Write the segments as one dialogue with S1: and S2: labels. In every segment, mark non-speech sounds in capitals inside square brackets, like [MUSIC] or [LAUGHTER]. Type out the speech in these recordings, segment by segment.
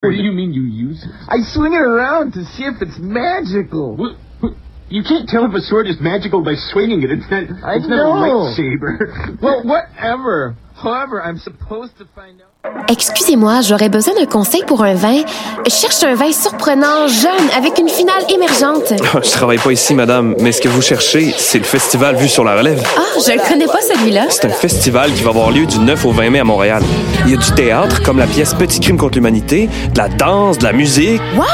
S1: What do you mean you use it?
S2: I swing it around to see if it's magical.
S1: What, what- you can't tell if a sword is magical by swinging it. It's not,
S2: I
S1: it's not a
S2: know.
S1: lightsaber.
S2: Well, whatever. However, I'm supposed to find out.
S3: Excusez-moi, j'aurais besoin d'un conseil pour un vin. Je cherche un vin surprenant, jeune, avec une finale émergente.
S4: [LAUGHS] Je travaille pas ici, madame, mais ce que vous cherchez, c'est le festival Vue sur la Relève.
S3: Ah, je le connais pas celui-là.
S4: C'est un festival qui va avoir lieu du 9 au 20 mai à Montréal. Il y a du théâtre, comme la pièce Petit crime contre l'humanité, de la danse, de la musique.
S3: Wow!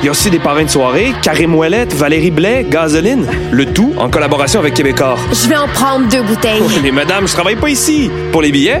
S4: Il y a aussi des parrains de soirée, Karim Ouellette, Valérie Blais, Gazeline. Le tout en collaboration avec [LAUGHS] Québécois.
S3: Je vais en prendre deux bouteilles.
S4: Les madames, je travaille pas ici. Pour les billets,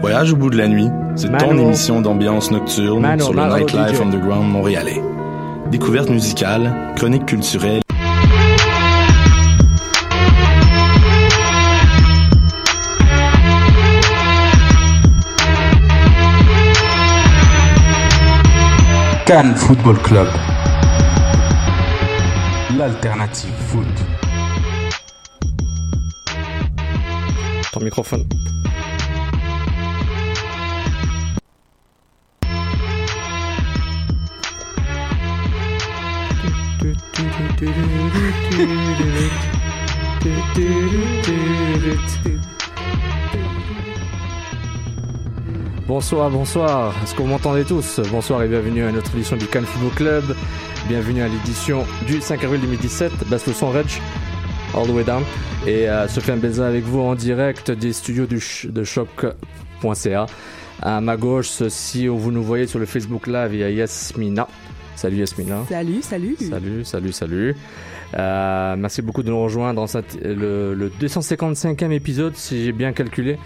S5: Voyage au bout de la nuit, c'est ton émission d'ambiance nocturne sur le Nightlife Underground montréalais. Découvertes musicales, chroniques culturelles
S6: Cannes Football Club. L'alternative foot.
S7: Ton microphone.
S8: Bonsoir, bonsoir. Est-ce que vous m'entendez tous Bonsoir et bienvenue à notre édition du Cannes Football Club. Bienvenue à l'édition du 5 avril 2017. Basse le son, Reg. All the way down. Et euh, Sofiane Belzin avec vous en direct des studios du ch- de choc.ca. À ma gauche, si vous nous voyez sur le Facebook Live, il y a Yasmina. Salut Yasmina.
S9: Salut, salut.
S8: Salut, salut, salut. Euh, merci beaucoup de nous rejoindre dans cette- le, le 255e épisode, si j'ai bien calculé.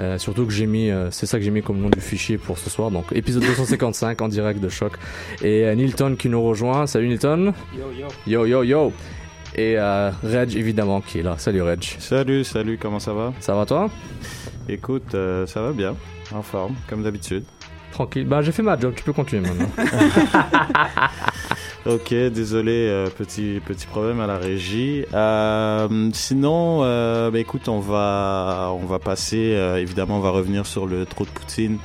S8: Euh, surtout que j'ai mis, euh, c'est ça que j'ai mis comme nom du fichier pour ce soir. Donc
S10: [LAUGHS]
S8: épisode 255 en direct de choc. Et euh, Nilton qui nous rejoint. Salut Nilton.
S10: Yo, yo.
S8: Yo yo yo. Et euh, Reg évidemment qui est là. Salut Reg.
S10: Salut, salut, comment ça va
S8: Ça va toi
S10: Écoute, euh, ça va bien, en forme, comme d'habitude.
S8: Tranquille. Bah j'ai fait ma job. Tu peux
S10: [LAUGHS]
S8: continuer maintenant.
S10: Ok, désolé, euh, petit, petit problème à la régie. Euh, sinon, euh, bah, écoute, on va, on va passer, euh, évidemment, on va revenir sur le trou de Poutine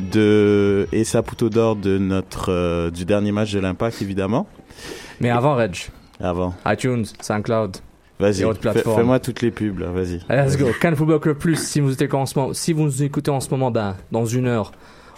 S10: de et sa poutre d'or de notre, euh, du dernier match de l'Impact, évidemment.
S8: Mais avant Reg.
S10: Avant.
S8: iTunes, SoundCloud.
S10: Vas-y,
S8: et autres
S10: fais-
S8: plateformes.
S10: fais-moi toutes les pubs, là, vas-y.
S8: Allez, let's go. Cannes Football Club Plus, si vous, écoutez en ce moment, si vous nous écoutez en ce moment, ben, dans une heure,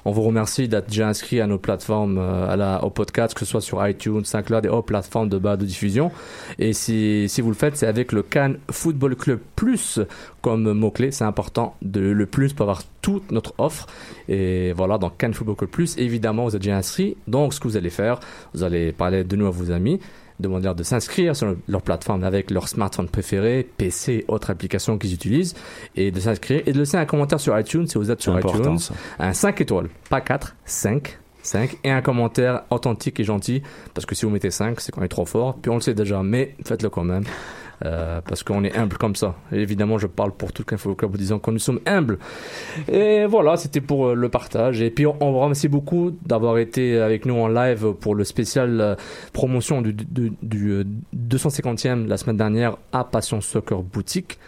S8: on vous remercie d'être déjà inscrit à nos plateformes, euh, à la, au podcast, que ce soit sur iTunes, SoundCloud et autres plateformes de bas de diffusion. Et si, si vous le faites, c'est avec le Cannes Football Club Plus comme mot-clé. C'est important de le plus pour avoir toute notre offre. Et voilà, dans Cannes Football Club Plus, évidemment, vous êtes déjà inscrit. Donc, ce que vous allez faire, vous allez parler de nous à vos amis demander de s'inscrire sur leur plateforme avec leur smartphone préféré, PC, autres applications qu'ils utilisent, et de s'inscrire et de laisser un commentaire sur iTunes si vous êtes sur
S5: important,
S8: iTunes.
S5: ça.
S8: Un 5 étoiles, pas 4, 5. 5 et un commentaire authentique et gentil parce que si vous mettez 5 c'est qu'on est trop fort puis on le sait déjà mais faites-le quand même euh, parce qu'on est humble comme ça et évidemment je parle pour tout le Cannes Football club en disant qu'on nous sommes humbles et voilà, c'était pour euh, le partage. Et puis, on, on vous remercie beaucoup d'avoir été avec nous en live pour le spécial euh, promotion du, du- du, euh, 250e la semaine dernière à Passion Soccer Boutique.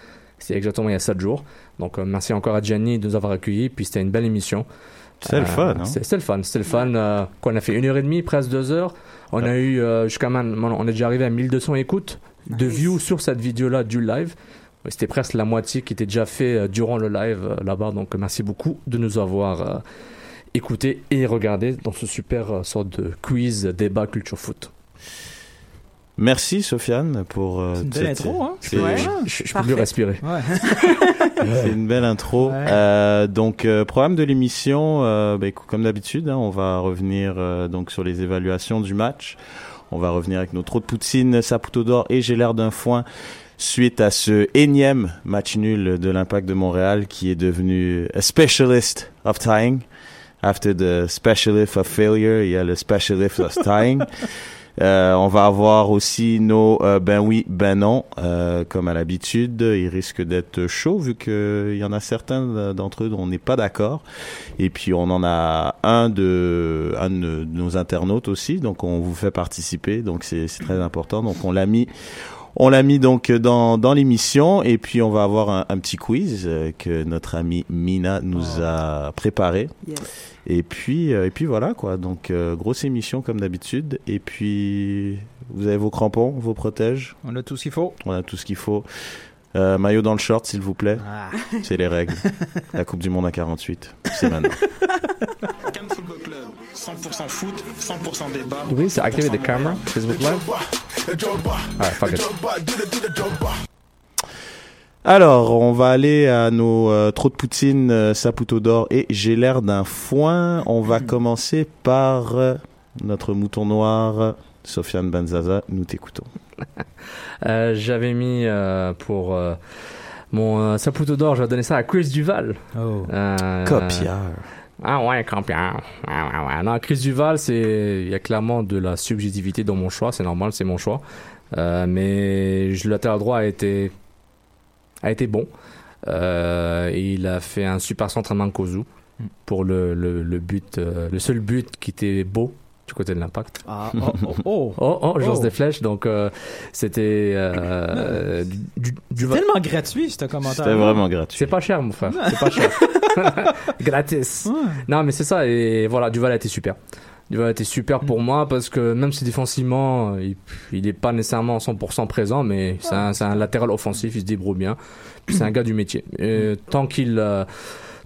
S8: C'est exactement il y a 7 jours. Donc, euh, merci encore à Gianni de nous avoir accueillis. Puis, c'était une belle émission. Euh,
S10: C'était le fun, hein.
S8: c'est- C'était le fun. C'était le fun euh, qu'on a fait une heure et demie, presque deux heures. On a eu euh, jusqu'à maintenant, on est déjà arrivé à 1200 écoutes de views sur cette vidéo-là du live. C'était presque la moitié qui était déjà fait euh, durant le live euh, là-bas. Donc euh, merci beaucoup de nous avoir euh, écoutés et regardés dans ce super euh, sorte de quiz euh, débat culture foot.
S10: Merci, Sofiane, pour. euh,
S8: C'est une
S10: toute
S8: belle
S10: cette-
S8: intro, hein.
S10: c'est-
S8: Ouais. Je- je peux mieux respirer.
S10: C'est une belle intro. Euh, donc, euh, programme de l'émission, euh, bah, écoute, comme d'habitude, hein, on va revenir euh, donc sur les évaluations du match. On va revenir avec nos trous de poutine, Saputo d'or et J'ai l'air d'un foin suite à ce énième match nul de l'Impact de Montréal qui est devenu a specialist of tying. After the specialist of failure, il y a le specialist of time. Euh, on va avoir aussi nos euh, ben oui, ben non, euh, comme à l'habitude. Il risque d'être chaud vu qu'il y en a certains euh, d'entre eux dont on n'est pas d'accord. Et puis on en a un de, un de nos internautes aussi, donc on vous fait participer, donc c'est c'est très important. Donc on l'a mis. On l'a mis donc dans, dans l'émission et puis on va avoir un, un petit quiz euh, que notre amie Mina nous a préparé. Et puis euh, et puis voilà quoi. Donc euh, grosse émission comme d'habitude et puis vous avez vos crampons, vos protèges.
S9: On a tout ce qu'il faut.
S10: On a tout ce qu'il faut. Euh, maillot dans le short s'il vous plaît.
S9: Ah.
S10: [LAUGHS] C'est
S9: [LAUGHS]
S10: les règles. La Coupe du monde à 48, c'est maintenant.
S11: Cannes Football Club, 100% foot, 100% débat.
S8: Do we need to activate the camera? Facebook Live? Alright, Ah, fuck it.
S10: Alors, on va aller à nos euh, trous de poutine, euh, saputo d'or et j'ai l'air d'un foin. On
S9: Hmm.
S10: va commencer par euh, notre mouton noir, euh, Sofiane Banzaza. Nous t'écoutons.
S8: Euh, j'avais mis euh, pour euh, mon euh, Saputo d'or, j'avais donné ça à Chris Duval. Euh,
S10: Copieur.
S8: Ah ouais, copieur. Ah ouais, ouais. Non, Chris Duval, c'est il y a clairement de la subjectivité dans mon choix, c'est normal, c'est mon choix. Euh, mais je latéral droit a été a été bon. Euh, il a fait un super centre à Mankozu pour le, le, le but, euh, le seul but qui était beau du côté de l'impact.
S9: Ah, oh, oh, oh.
S8: Oh, oh, je lance
S9: Oh.
S8: des flèches, donc euh, c'était euh, du, du-
S9: [LAUGHS]
S8: du-
S9: Tellement gratuit, ce commentaire.
S10: gratuit.
S8: C'est pas cher, mon frère. C'est pas cher. Gratis. Non, mais c'est ça. Et voilà, Duval a été super. Duval a été super pour moi parce que même si défensivement, il, il est pas nécessairement 100% présent, mais c'est un, c'est un latéral offensif, il se débrouille bien. Puis c'est un gars du métier. Et tant qu'il euh,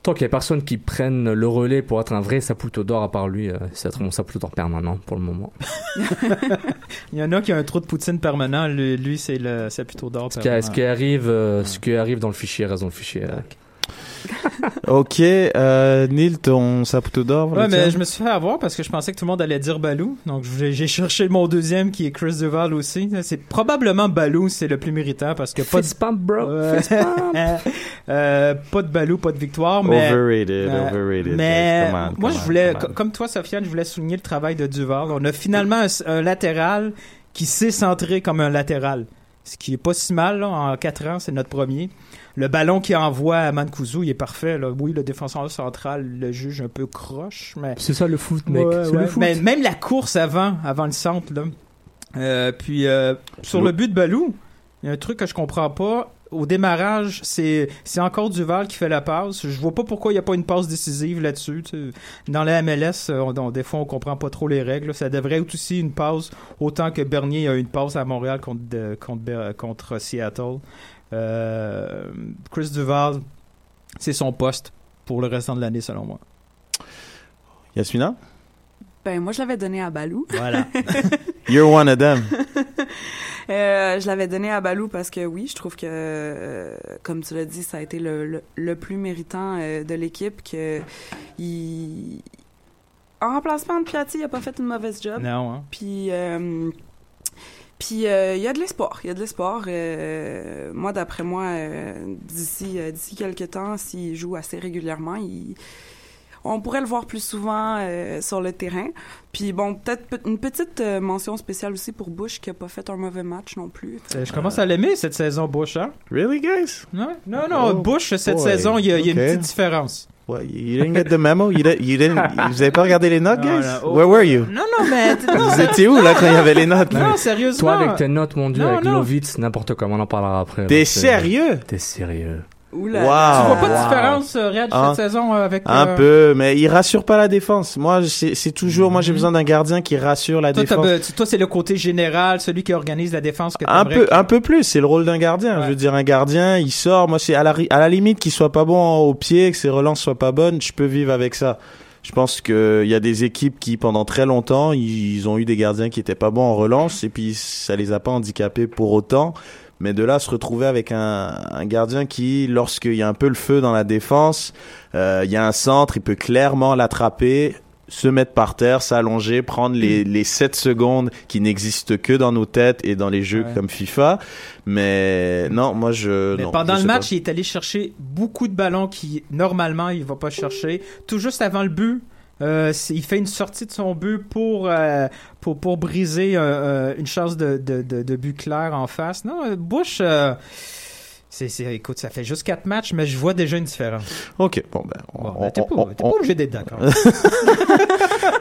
S8: tant qu'il y a personne qui prenne le relais pour être un vrai Saputo d'or à part lui, euh, c'est mon Saputo d'or permanent pour le moment.
S9: Il y en a qui a un trou de poutine permanent. Lui, lui, c'est le c'est plutôt d'or.
S8: Ce qui, ce qui arrive, euh, ce qui arrive dans le fichier reste dans le fichier. euh.
S10: ok, euh, Neil, ton Saputo d'or.
S9: Ouais,
S10: le
S9: mais
S10: tien?
S9: je me suis fait avoir parce que je pensais que tout le monde allait dire Balou. Donc j'ai j'ai cherché mon deuxième qui est Chris Duval aussi. C'est probablement Balou, c'est le plus méritant parce que pas de
S8: Fist pump, bro.
S9: Ouais.
S8: Fist pump.
S9: [LAUGHS] Euh, pas de Balou, pas de victoire, mais
S10: Overrated, overrated, euh,
S9: Mais
S10: yes, come on,
S9: moi,
S10: come
S9: je
S10: on,
S9: voulais,
S10: come on.
S9: co- comme toi, Sofiane, je voulais souligner le travail de Duval. On a finalement un, un latéral qui s'est centré comme un latéral, ce qui est pas si mal. là. en quatre ans, c'est notre premier. Le ballon qu'il envoie à Mancuso, il est parfait. là. Oui, le défenseur central le juge un peu croche, mais
S8: C'est ça le foot, mec.
S9: Ouais,
S8: C'est
S9: ouais.
S8: le foot.
S9: Mais Ben, même la course avant, avant le centre, là. Euh, puis euh, sur
S8: L'eau.
S9: le but de Balou, il y a un truc que je comprends pas. Au démarrage, c'est c'est encore Duval qui fait la passe. Je vois pas pourquoi il n'y a pas une passe décisive là-dessus. tu sais. Dans la MLS, euh, on- on- des fois, on comprend pas trop les règles. là. Ça devrait être aussi une passe, autant que Bernier a une passe à Montréal contre, de- contre, Ber- contre Seattle. Euh, Chris Duval, c'est son poste pour le restant de l'année, selon moi.
S10: Yasmina,
S12: Ben, moi, je l'avais donné à Balou.
S9: Voilà.
S10: you're one of them. [LAUGHS]
S12: Euh, je l'avais donné à Balou parce que oui, je trouve que, euh, comme tu l'as dit, ça a été le, le, le plus méritant euh, de l'équipe. Que il... En remplacement de Piatti, il n'a pas fait une mauvaise job.
S9: [LAUGHS] Non, hein.
S12: Puis, euh, puis euh, il y a de l'espoir. Il y a de l'espoir. Euh, moi, d'après moi, euh, d'ici euh, d'ici quelques temps, s'il joue assez régulièrement, il on pourrait le voir plus souvent euh, sur le terrain. Puis bon, peut-être pe- une petite euh, mention spéciale aussi pour Bush qui a pas fait un mauvais match non plus.
S9: Euh, Je commence à l'aimer cette saison, Bush. Hein?
S10: Really, guys?
S9: Non, non, non
S12: Oh,
S9: Bush, cette
S10: boy.
S9: saison, il y, a il y a une
S10: Okay.
S9: petite différence.
S10: What, you didn't get the memo? You, didn't- you didn't, vous avez pas regardé les notes,
S9: [LAUGHS] Non,
S10: guys?
S9: non, oh.
S10: Where were you?
S9: Non, non, mais.
S10: Vous étiez où, là, quand il y avait les notes? là?
S9: Non, sérieusement.
S8: Toi avec tes notes, mon dieu,
S9: Non,
S8: avec
S9: non.
S8: Lovitz, n'importe comment, on en parlera après.
S10: T'es
S8: là, c'est-
S10: sérieux?
S8: T'es sérieux.
S12: Oula.
S10: Wow.
S9: Tu vois pas de
S10: Ah, Wow.
S9: différence, euh, Red,
S10: Hein?
S9: cette saison euh, avec.
S10: Un
S9: euh,
S10: peu, mais il rassure pas la défense. Moi, je- c'est c'est toujours, moi, j'ai besoin d'un gardien qui rassure la
S9: Mm-hmm. Toi, t'as
S10: défense.
S9: be- tu- toi, c'est le côté général, celui qui organise la défense que
S10: Un
S9: t'aimerais
S10: peu,
S9: qu'il-
S10: un peu plus. C'est le rôle d'un gardien. Je veux dire, un gardien, il sort. Moi, c'est à la, ri- à la limite qu'il soit pas bon au pied, que ses relances soient pas bonnes. Je peux vivre avec ça. Je pense que il y a des équipes qui, pendant très longtemps, ils, ils ont eu des gardiens qui étaient pas bons en relance et puis ça les a pas handicapés pour autant. Mais de là, à se retrouver avec un, un gardien qui, lorsqu'il y a un peu le feu dans la défense, euh, il y a un centre, il peut clairement l'attraper se mettre par terre, s'allonger, prendre
S9: Mm.
S10: les, les 7 secondes qui n'existent que dans nos têtes et dans les jeux
S9: Ouais.
S10: comme FIFA. Mais non, moi je...
S9: Mais
S10: Euh, non,
S9: pendant
S10: je
S9: le
S10: sais
S9: match,
S10: pas.
S9: il est allé chercher beaucoup de ballons qui, normalement, il va pas chercher. Tout juste avant le but, Euh, c'est- il fait une sortie de son but pour, euh, pour, pour briser euh, euh, une chance de, de, de- de but clair en face. Non, euh, Bush, euh, c'est, c'est- écoute, ça fait juste quatre matchs, mais je vois déjà une différence.
S10: Ok, bon ben. On,
S9: ben, t'es pas- t'es pas obligé d'être
S10: [LAUGHS]
S9: d'accord.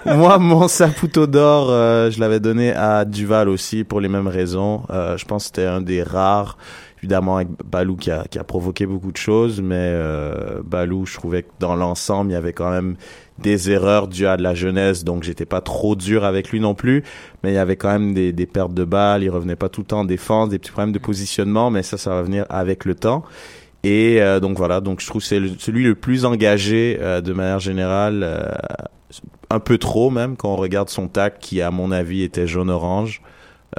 S10: Moi, mon Saputo d'or, euh, je l'avais donné à Duval aussi pour les mêmes raisons. Euh, je pense que c'était un des rares, évidemment, avec Balou qui a, qui a provoqué beaucoup de choses, mais euh, Balou, je trouvais que dans l'ensemble, il y avait quand même des erreurs dues à de la jeunesse, donc j'étais pas trop dur avec lui non plus, mais il y avait quand même des, des pertes de balles, il revenait pas tout le temps en défense, des petits problèmes de positionnement, mais ça, ça va venir avec le temps. Et euh, donc voilà, donc je trouve que c'est le- celui le plus engagé euh, de manière générale, euh, un peu trop même quand on regarde son tac qui à mon avis était jaune orange,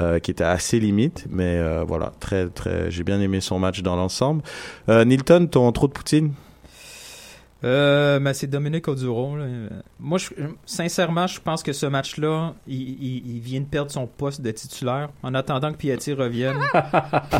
S10: euh, qui était assez limite, mais euh, voilà très très, j'ai bien aimé son match dans l'ensemble. Euh, Nilton, ton trop de poutine
S9: Euh, mais c'est Dominique Oduro. là. Moi, je- sincèrement, je pense que ce match-là, il, il- il vient de perdre son poste de titulaire en attendant que Piatti revienne.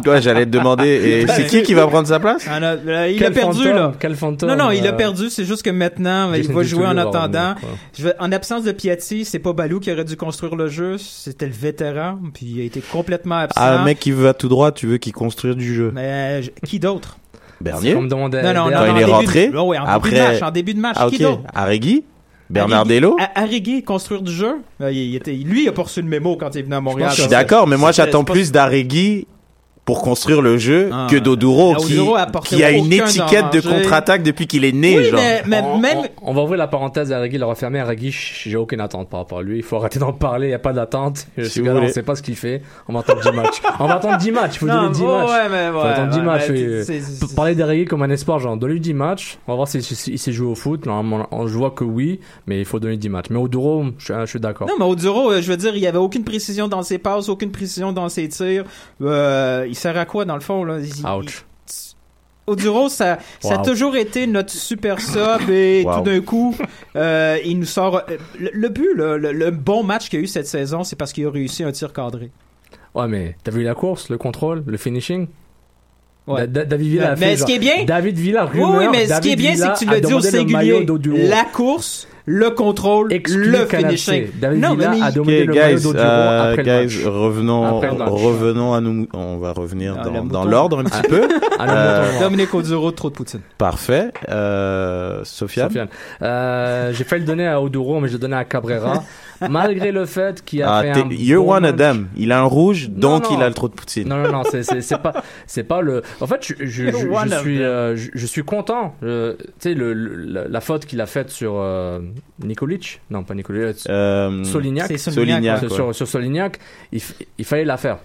S10: Ouais, j'allais te demander. [LAUGHS] Et c'est qui qui va prendre sa place
S9: Ah, là, là, il
S8: Quel
S9: a perdu,
S8: fantôme,
S9: là.
S8: quel fantôme,
S9: Non, non, il a
S8: euh,
S9: perdu. C'est juste que maintenant, il
S8: Jason
S9: va jouer en
S8: Tullio va
S9: attendant.
S8: revenir, quoi.
S9: Je vais- en absence de Piatti, c'est pas Balou qui aurait dû construire le jeu. C'était le vétéran. Puis il a été complètement absent.
S10: Ah, un mec qui va tout droit, tu veux qu'il construise du jeu
S9: Mais je- qui d'autre?
S10: Bernier.
S9: C'est comme demander à Non, non, Bernier. non,
S10: Ben, Quand il est
S9: en début
S10: rentré.
S9: de- Oh, ouais, en
S10: après...
S9: début de match, en début de match,
S10: Ah,
S9: qui
S10: ok.
S9: d'autre
S10: Arregui, Bernardello.
S9: À- Arrigué, construire du jeu. Euh, il- il était- lui, il a poursu le mémo quand il est venu à Montréal.
S10: Je suis d'accord, mais moi
S9: C'était-
S10: j'attends
S9: c'est pas-
S10: plus d'Arregui pour construire le jeu
S9: Ah,
S10: que d'Oduro qui,
S9: Oduro a apporté
S10: qui a une
S9: aucun
S10: étiquette de
S9: danger.
S10: contre-attaque depuis qu'il est né. genre.
S8: on, on- on va ouvrir la parenthèse d'Aragui, il aura fermé Aragui, j'ai aucune attente par rapport à lui, il faut arrêter d'en parler, il n'y a pas d'attente. Je suis
S10: vous
S8: gars, on
S10: voulez.
S8: sait pas ce qu'il fait, on va attendre 10 matchs. On va attendre 10 matchs, il faut
S9: Non, oh,
S8: donner 10
S9: bon,
S8: matchs.
S9: ouais, mais
S8: faut
S9: ouais,
S8: attendre 10
S9: ouais,
S8: matchs.
S9: mais
S8: et,
S9: c'est- c'est-
S8: p- parler d'Aragui comme un espoir, genre donne-lui 10 matchs, on va voir s'il s'il sait jouer au foot. Normalement, on- je vois que oui, mais il faut donner 10 matchs. Mais au Duro, je, suis- je suis d'accord.
S9: Non, mais Oduro, euh, je veux dire, il y avait aucune précision dans ses passes, aucune précision dans ses tirs. Euh, il sert à quoi, dans le fond, là? Il-
S8: Ouch.
S9: Oduro, ça, ça a
S8: Wow.
S9: toujours été notre super sub et
S8: Wow.
S9: tout d'un coup, euh, il nous sort. euh, Le, le but, là, le, le bon match qu'il y a eu cette saison, c'est parce qu'il a réussi un tir cadré.
S8: Ouais, mais t'as vu la course, le contrôle, le finishing
S9: Ouais.
S8: Da- Da- David Villa a
S9: Euh, mais
S8: fait,
S9: ce qui est
S8: genre,
S9: bien,
S8: David Villa,
S9: Oui,
S8: rumeur,
S9: oui, mais ce
S8: David
S9: qui est bien, c'est
S8: Villa
S9: que tu
S8: a
S9: l'as dit au
S8: demandé le maillot
S9: singulier.
S8: d'Oduro.
S9: La course, le contrôle,
S8: Exclu
S9: le
S8: Canapé.
S9: finishing.
S8: David
S9: non,
S8: Villa
S9: mais
S8: a
S9: il-
S8: demandé
S10: Ok,
S8: le maillot
S10: guys,
S8: d'Oduro
S10: euh,
S8: après le
S10: guys,
S8: match.
S10: revenons,
S8: Après le match.
S10: revenons à nous. On va revenir
S9: Ah, le
S10: dans,
S9: mouton.
S10: dans l'ordre un petit peu.
S8: Ah, le
S10: Euh,
S8: mouton.
S9: Dominique Oduro, trop de Poutine.
S10: parfait. Euh, Sofiane.
S8: Sofiane. Euh, j'ai failli le donner à Oduro, mais je l'ai donné à Cabrera. malgré le fait qu'il a
S10: Ah,
S8: fait
S10: t'es-
S8: un.
S10: you're
S8: bon
S10: one
S8: match.
S10: of them. Il a un rouge, donc
S8: non.
S10: il a le trop de poutine.
S8: Non, non, non, c'est, c'est, c'est pas, c'est pas le. En fait, je, je, je,
S9: You're one
S8: je
S9: of
S8: suis,
S9: them.
S8: euh, je, je suis content. Euh, tu sais, le, le- la, la faute qu'il a faite sur euh, Nikolic, non pas Nikolic, euh,
S10: Euh,
S8: Solignac,
S9: C'est Solignac,
S8: Sur-
S9: ouais.
S8: sur, sur Solignac, il, f- il fallait la faire.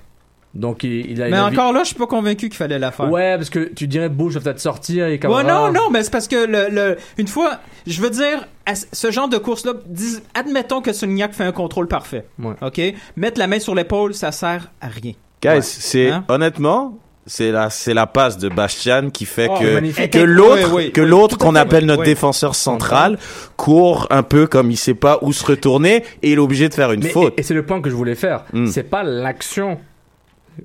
S8: Donc il, il a. il
S9: Mais
S8: a-
S9: encore là, je suis pas convaincu qu'il fallait la faire.
S8: Ouais, parce que tu dirais Bush va peut-être sortir et
S9: Ouais,
S8: Cabrera.
S9: non, non, mais c'est parce que le, le- une fois, je veux dire, à ce- ce genre de course-là, dis- admettons que Solignac fait un contrôle parfait.
S8: Ouais.
S9: OK? Mettre la main sur l'épaule, ça sert à rien.
S10: Guys, c'est
S9: Hein?
S10: honnêtement, c'est la c'est la passe de Bastian qui fait
S9: Oh,
S10: que
S9: magnifique.
S10: que
S9: Oui,
S10: l'autre
S9: oui,
S10: que
S9: oui,
S10: l'autre
S9: tout à
S10: qu'on
S9: fait,
S10: appelle
S9: oui,
S10: notre
S9: oui.
S10: défenseur central court un peu comme il sait pas où se retourner et il est obligé de faire une
S8: Mais-
S10: faute. Hmm.
S8: Et, et c'est le point que je voulais faire. C'est pas l'action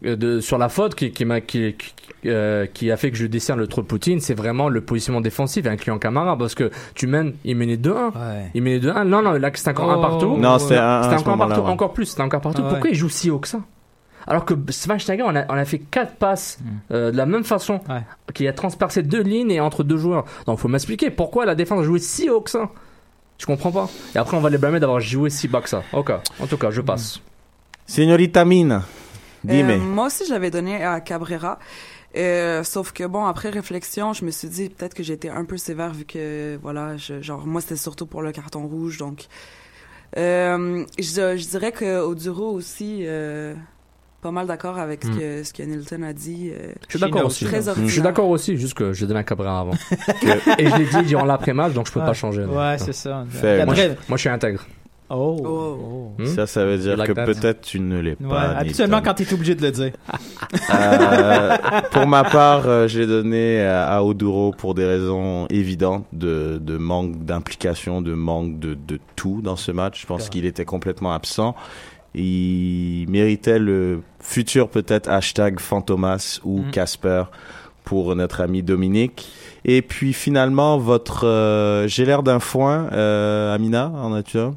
S8: euh, de, sur la faute qui, qui, m'a, qui, qui, euh, qui a fait que je décerne le trop de Poutine, c'est vraiment le positionnement défensif incluant Camara parce que tu mènes, il menait 2-1. Il menait 2-1. Non, non, là c'était encore un
S9: Oh,
S8: partout.
S10: Non, c'était un- Euh,
S8: C'était
S10: à ce
S8: encore
S10: moment-là,
S8: partout.
S10: ouais.
S8: Encore plus, c'était encore partout.
S9: Ah ouais.
S8: Pourquoi il joue si haut que ça alors que Schweinsteiger, on a, on a fait quatre passes
S9: Mm.
S8: euh, de la même façon, qui a transpercé deux lignes et entre deux joueurs. Donc faut m'expliquer pourquoi la défense a joué si haut que ça. Je comprends pas. Et après, on va les blâmer d'avoir joué si bas que ça. Ok, en tout cas, je
S9: Mm.
S8: passe.
S10: Señorita Mina, dime.
S12: Euh, moi aussi, je l'avais donné à Cabrera. Euh, sauf que bon, après réflexion, je me suis dit peut-être que j'étais un peu sévère vu que voilà, je- genre moi c'était surtout pour le carton rouge, donc euh, je, je dirais que Oduro aussi, euh, pas mal d'accord avec
S10: Hmm.
S12: ce
S8: Mm.
S12: que ce que Nilton a dit. euh,
S8: Je suis d'accord aussi.
S10: Mm.
S12: Très
S8: Je suis
S12: ordinaire.
S8: d'accord aussi, juste que j'ai donné un
S9: [LAUGHS]
S8: Cabrera avant. et je l'ai dit durant l'après-match, donc je peux
S9: Ouais.
S8: pas changer. donc.
S9: Ouais, c'est ça.
S10: Fair.
S9: La
S8: Moi, je,
S9: brève-
S8: moi, je suis intègre.
S9: Oh.
S8: Hmm?
S10: Ça ça veut dire
S8: Like
S10: que
S8: that.
S10: peut-être tu ne l'es
S9: Ouais,
S10: pas.
S9: habituellement,
S10: Nathan.
S9: quand t'es obligé de le dire.
S10: Euh, pour ma part, euh, je l'ai donné euh, à Oduro pour des raisons évidentes de, de manque d'implication, de manque de, de tout dans ce match. Je pense qu'il était complètement absent.
S8: Hmm.
S10: Il méritait le futur peut-être hashtag Fantomas ou
S9: Mm.
S10: Casper pour notre ami Dominique. Et puis finalement, votre euh, j'ai l'air d'un foin, euh, Amina, en as-tu un?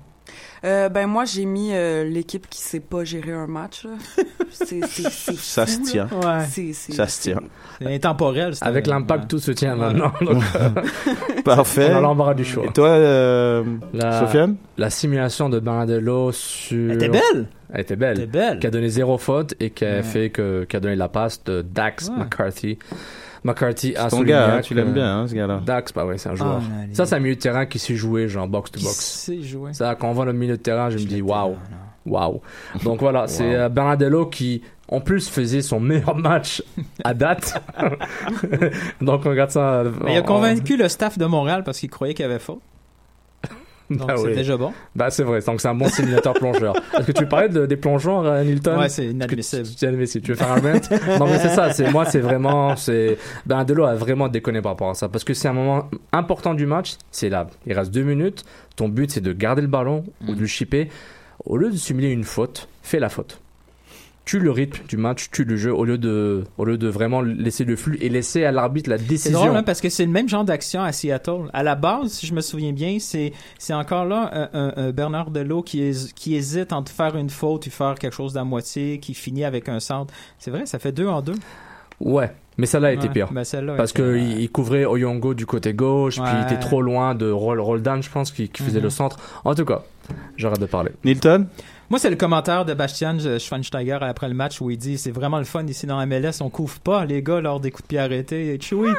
S12: Euh, ben moi j'ai mis euh, l'équipe qui sait pas gérer un match.
S10: [LAUGHS]
S12: là. C'est- c'est- c'est
S10: Ça
S12: fou,
S10: se
S12: là.
S10: tient.
S12: C'est- c'est-
S10: Ça se tient.
S9: C'est intemporel. c'est-
S8: Avec l'impact, tout se tient maintenant. [LAUGHS] donc, euh,
S10: Parfait.
S8: On a l'embarras du choix.
S10: Et toi, euh,
S9: Ah,
S10: Sofiane?
S8: La simulation de Bernardello sur. Elle
S9: était belle.
S8: Elle était belle.
S9: Elle était belle.
S8: Qui a donné zéro faute et qui a
S9: Ouais.
S8: fait que qui a donné la passe de Dax
S9: Ouais.
S8: McCarthy. McCarthy
S10: C'est
S8: à
S10: ton
S8: souligné
S10: gars, hein, tu
S8: que-
S9: euh,
S10: l'aimes bien, hein, ce gars-là.
S8: Dax, bah ouais, c'est un joueur.
S9: Ah, allez.
S8: ça, c'est un milieu de terrain qui sait jouer, genre box to
S9: Qui
S8: box.
S9: sait jouer.
S8: Ça, quand on voit le milieu de terrain, je me dis waouh, waouh. Donc
S10: [LAUGHS]
S8: voilà, c'est euh, Bernardello qui, en plus, faisait son meilleur match
S9: [LAUGHS]
S8: à date. Donc on regarde ça. euh,
S9: Mais il a
S8: on-
S9: convaincu le staff de Montréal parce qu'il croyait qu'il avait faute. Donc
S8: [LAUGHS] Bah
S9: c'est
S8: oui.
S9: déjà bon.
S8: Bah c'est vrai, donc c'est un bon simulateur plongeur. Est-ce que tu parlais de- des plongeons, euh, Nilton
S9: Ouais, c'est inadmissible.
S8: C'est inadmissible. Tu veux faire un rant Non mais c'est ça, c'est moi c'est vraiment c'est ben Delo a vraiment déconné par rapport à ça parce que c'est un moment important du match, c'est là. Il reste deux minutes, ton but c'est de garder le ballon ou
S9: Mm.
S8: de le chipper au lieu de simuler une faute, fais la faute. Tue le rythme du match, tue le jeu au lieu de au lieu de vraiment laisser le flux et laisser à l'arbitre la
S9: C'est
S8: décision.
S9: drôle hein, parce que c'est le même genre d'action à Seattle. À la base, si je me souviens bien, c'est c'est encore là un- un, un Bernard Delot qui, hés- qui hésite entre faire une faute et faire quelque chose d'à moitié, qui finit avec un centre. C'est vrai, ça fait deux en deux.
S8: Ouais, mais celle-là était
S9: Ouais,
S8: pire.
S9: ben celle-là
S8: Parce
S9: était-
S8: que il il couvrait Oyongo du côté gauche, puis il
S9: Ouais.
S8: était trop loin de Roll Roldan, je pense, qui, qui faisait
S9: Mhm.
S8: le centre. En tout cas, j'arrête de parler.
S9: [LAUGHS]
S10: Nilton
S9: Moi, c'est le commentaire de Bastian Schweinsteiger après le match où il dit c'est vraiment le fun ici dans la MLS, on couvre pas les gars lors des coups de pied arrêtés. Et Chewy,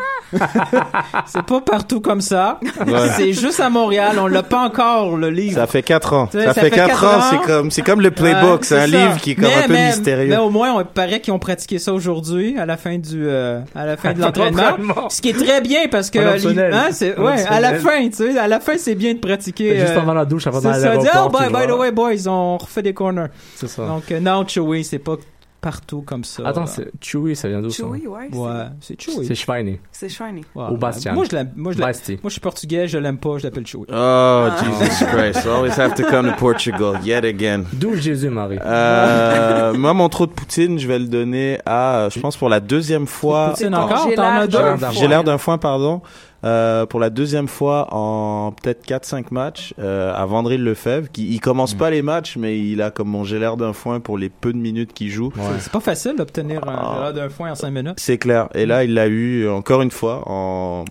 S9: c'est pas partout comme ça.
S10: Ouais.
S9: C'est juste à Montréal, on l'a pas encore le livre.
S10: Ça fait 4 ans.
S9: Tu sais,
S10: Ça, fait 4, ans,
S9: ans.
S10: c'est comme, c'est comme le
S9: Ouais,
S10: playbook, c'est un
S9: ça.
S10: livre qui est comme
S9: Mais-
S10: un peu
S9: mais-
S10: mystérieux.
S9: Mais au moins, on paraît qu'ils ont pratiqué ça aujourd'hui, à la fin du, euh, à la
S8: [LAUGHS]
S9: fin de
S8: À
S9: l'entraînement.
S8: l'entraînement.
S9: Ce qui est très bien parce que,
S8: En optionnel.
S9: hein, c'est,
S8: En
S9: ouais, à la fin,
S8: optionnel.
S9: tu sais, à la fin, c'est bien de pratiquer.
S8: Juste
S9: euh,
S8: avant la douche, avant
S9: c'est
S8: d'aller à
S9: ça, dire,
S8: l'aéroport,
S9: oh, by,
S8: tu
S9: by the
S8: vois.
S9: way, boys, on refait des corners.
S8: C'est
S10: Ah.
S8: ça.
S9: Donc, euh, non, Chewy, c'est pas partout comme ça.
S8: Attends, c'est Chewy, ça vient d'où ça
S12: Chewy, ouais.
S9: Ouais, c'est Chewy.
S8: C'est Schweine.
S12: C'est shiny.
S9: Ouais,
S8: Ou
S9: ouais.
S8: Bastian.
S9: Moi, je l'aime, moi, je l'aime.
S8: Basti.
S9: Moi, je suis portugais, je l'aime pas, je l'appelle
S10: [LAUGHS]
S9: Chewy.
S10: Oh,
S9: Ah.
S10: Jesus
S9: [LAUGHS]
S10: Christ. Always have to come to Portugal, yet again.
S8: D'où Jésus-Marie.
S10: Euh, moi, mon trou de poutine, je vais le donner à, je pense, pour la deuxième fois.
S9: Poutine
S10: en-
S9: encore?
S12: J'ai
S9: T'en
S12: l'air
S9: as
S10: J'ai
S9: deux?
S10: l'air d'un J'ai l'air d'un foin, pardon. Euh, pour la deuxième fois en peut-être 4-5 matchs, euh, à Vandril Lefebvre, qui il commence
S8: Mm.
S10: pas les matchs, mais il a comme mon j'ai l'air d'un foin pour les peu de minutes qu'il joue.
S9: C'est pas facile d'obtenir
S10: Ah.
S9: un verre d'un foin en 5 minutes.
S10: C'est clair. Et là, il l'a eu euh, encore une fois en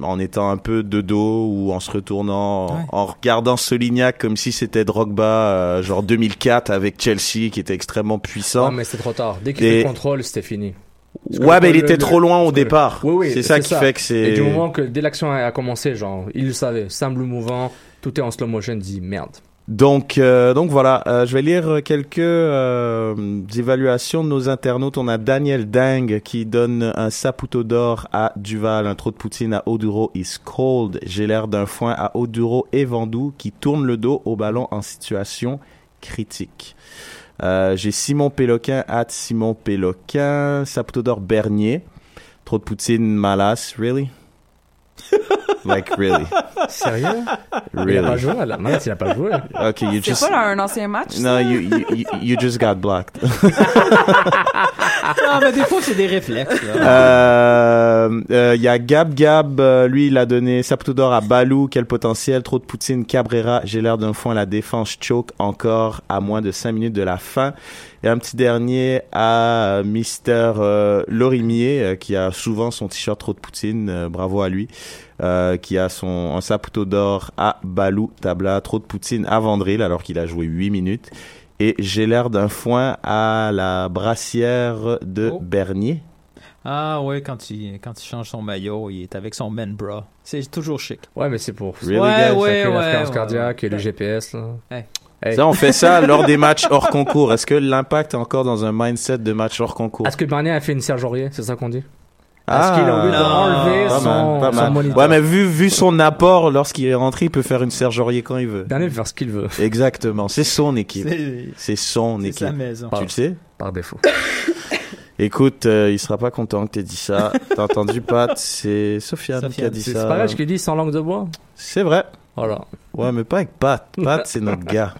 S10: en étant un peu de dos ou en se retournant, en-
S9: Ouais.
S10: en regardant Solignac comme si c'était Drogba, euh, genre 2004 avec Chelsea, qui était extrêmement puissant.
S8: Ouais, Ah, mais c'est trop tard. Dès qu'il
S10: Et-
S8: fait le contrôle, c'était fini. Parce que
S10: Ouais,
S8: le-
S10: mais il
S8: le-
S10: était
S8: le-
S10: trop loin au
S8: parce que le-
S10: départ.
S8: Oui, oui,
S10: C'est ça qui fait que c'est-
S8: Et du moment que dès l'action a a commencé, genre, il le savait. Simple mouvant, tout est en slow motion, il dit
S9: [LAUGHS]
S8: merde.
S10: Donc, euh, donc voilà, euh, je vais lire quelques euh, évaluations de nos internautes. On a Daniel Dang qui donne un saputo d'or à Duval, un trou de poutine à Oduro is cold. J'ai l'air d'un foin à Oduro et Vandou qui tourne le dos au ballon en situation critique. Euh, J'ai Simon Péloquin à Simon Péloquin, saputo d'or Bernier, trou de poutine Malas,
S8: [LAUGHS]
S10: really? like really,
S8: Sérieux Il a
S10: really.
S8: pas joué, là. Mince, il a pas joué.
S10: Okay, you
S12: C'est
S10: just
S12: pas là, un ancien match? ça?
S10: No, you, you you- you just got blocked.
S9: Ah, mais des fois, c'est des réflexes.
S10: Il
S9: là.
S10: Euh, y a Gab Gab, euh, lui il a donné Saputo d'or à Balou, quel potentiel, trop de Poutine, Cabrera, j'ai l'air d'un fond à la défense, choke encore à moins de 5 minutes de la fin. Et un petit dernier à euh, Mister euh, Lorimier, euh, qui a souvent son t-shirt trop de Poutine, euh, bravo à lui, euh, qui a son un Saputo d'or à Balou, Tabla, trop de Poutine à Vandril, alors qu'il a joué 8 minutes. Et j'ai l'air d'un foin à la brassière de
S9: Oh.
S10: Bernier.
S9: Ah ouais, quand il, quand il change son maillot, il est avec son man bra. C'est toujours chic.
S8: Ouais, mais c'est pour.
S10: Really,
S9: ouais,
S10: guys?
S9: Eh ouais,
S8: Chacun la
S9: ouais,
S8: fréquence
S9: ouais.
S8: cardiaque et le GPS, là.
S9: Hey.
S8: Hey.
S10: Ça, on fait ça lors des matchs hors concours. Est-ce que l'impact est encore dans un mindset de match hors concours
S8: Est-ce que Barnier a fait une Serge Aurier C'est ça qu'on dit
S10: Ah,
S8: Est-ce qu'il a envie d'enlever
S10: pas
S8: son,
S10: mal, pas
S8: son
S10: mal.
S8: moniteur
S10: Ouais, mais vu, vu son apport lorsqu'il est rentré, il peut faire une Serge Aurier quand il veut.
S8: Barnier peut faire ce qu'il veut.
S10: Exactement. C'est son équipe.
S9: C'est-
S10: C'est son
S9: c'est
S10: équipe.
S9: sa maison.
S10: Tu le sais
S8: Par défaut.
S10: Euh. Écoute, euh, il sera pas content que t'aies dit ça. T'as entendu, Pat C'est Sofiane, qui a
S8: C'est
S10: dit
S8: c'est
S10: ça.
S8: pas vrai ce qu'il dit sans langue de bois
S10: C'est vrai.
S8: Voilà.
S10: Ouais, mais pas avec Pat. Pat, c'est notre
S8: [LAUGHS]
S10: gars.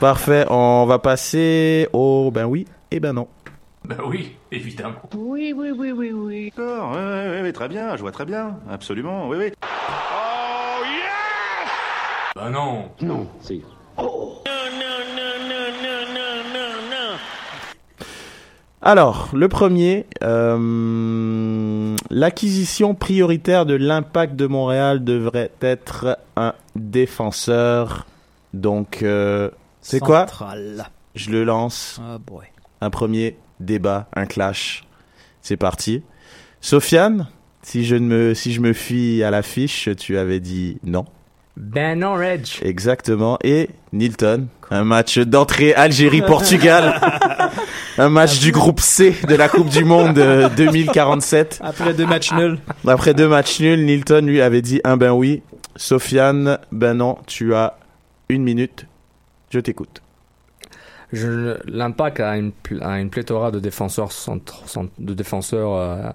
S10: Parfait. On va passer au. Ben oui. Et ben non.
S13: Ben oui, évidemment.
S14: Oui, oui, oui, oui, oui.
S15: D'accord, oui, oui, oui, très bien, je vois très bien, absolument, oui, oui.
S13: Ben Oh, non.
S15: Non, si.
S10: Alors, le premier, euh, l'acquisition prioritaire de l'impact de Montréal devrait être un défenseur. Donc, euh, c'est quoi
S9: Central.
S10: Je le lance.
S9: Ah, boy.
S10: Un premier débat, un clash. C'est parti. Sofiane, si je ne me, si je me fie à l'affiche, tu avais dit non.
S2: Ben non, Reg.
S10: Exactement. Et Nilton, un match d'entrée Algérie-Portugal. un match du groupe C de la Coupe du Monde euh, 2047.
S9: Après deux matchs nuls.
S10: Après deux matchs nuls, Nilton lui avait dit un ben oui. Sofiane, ben non, tu as une minute. Je t'écoute.
S8: Je- L'impact a une, pl- a une pléthora de défenseurs, centre- centre- de défenseurs euh,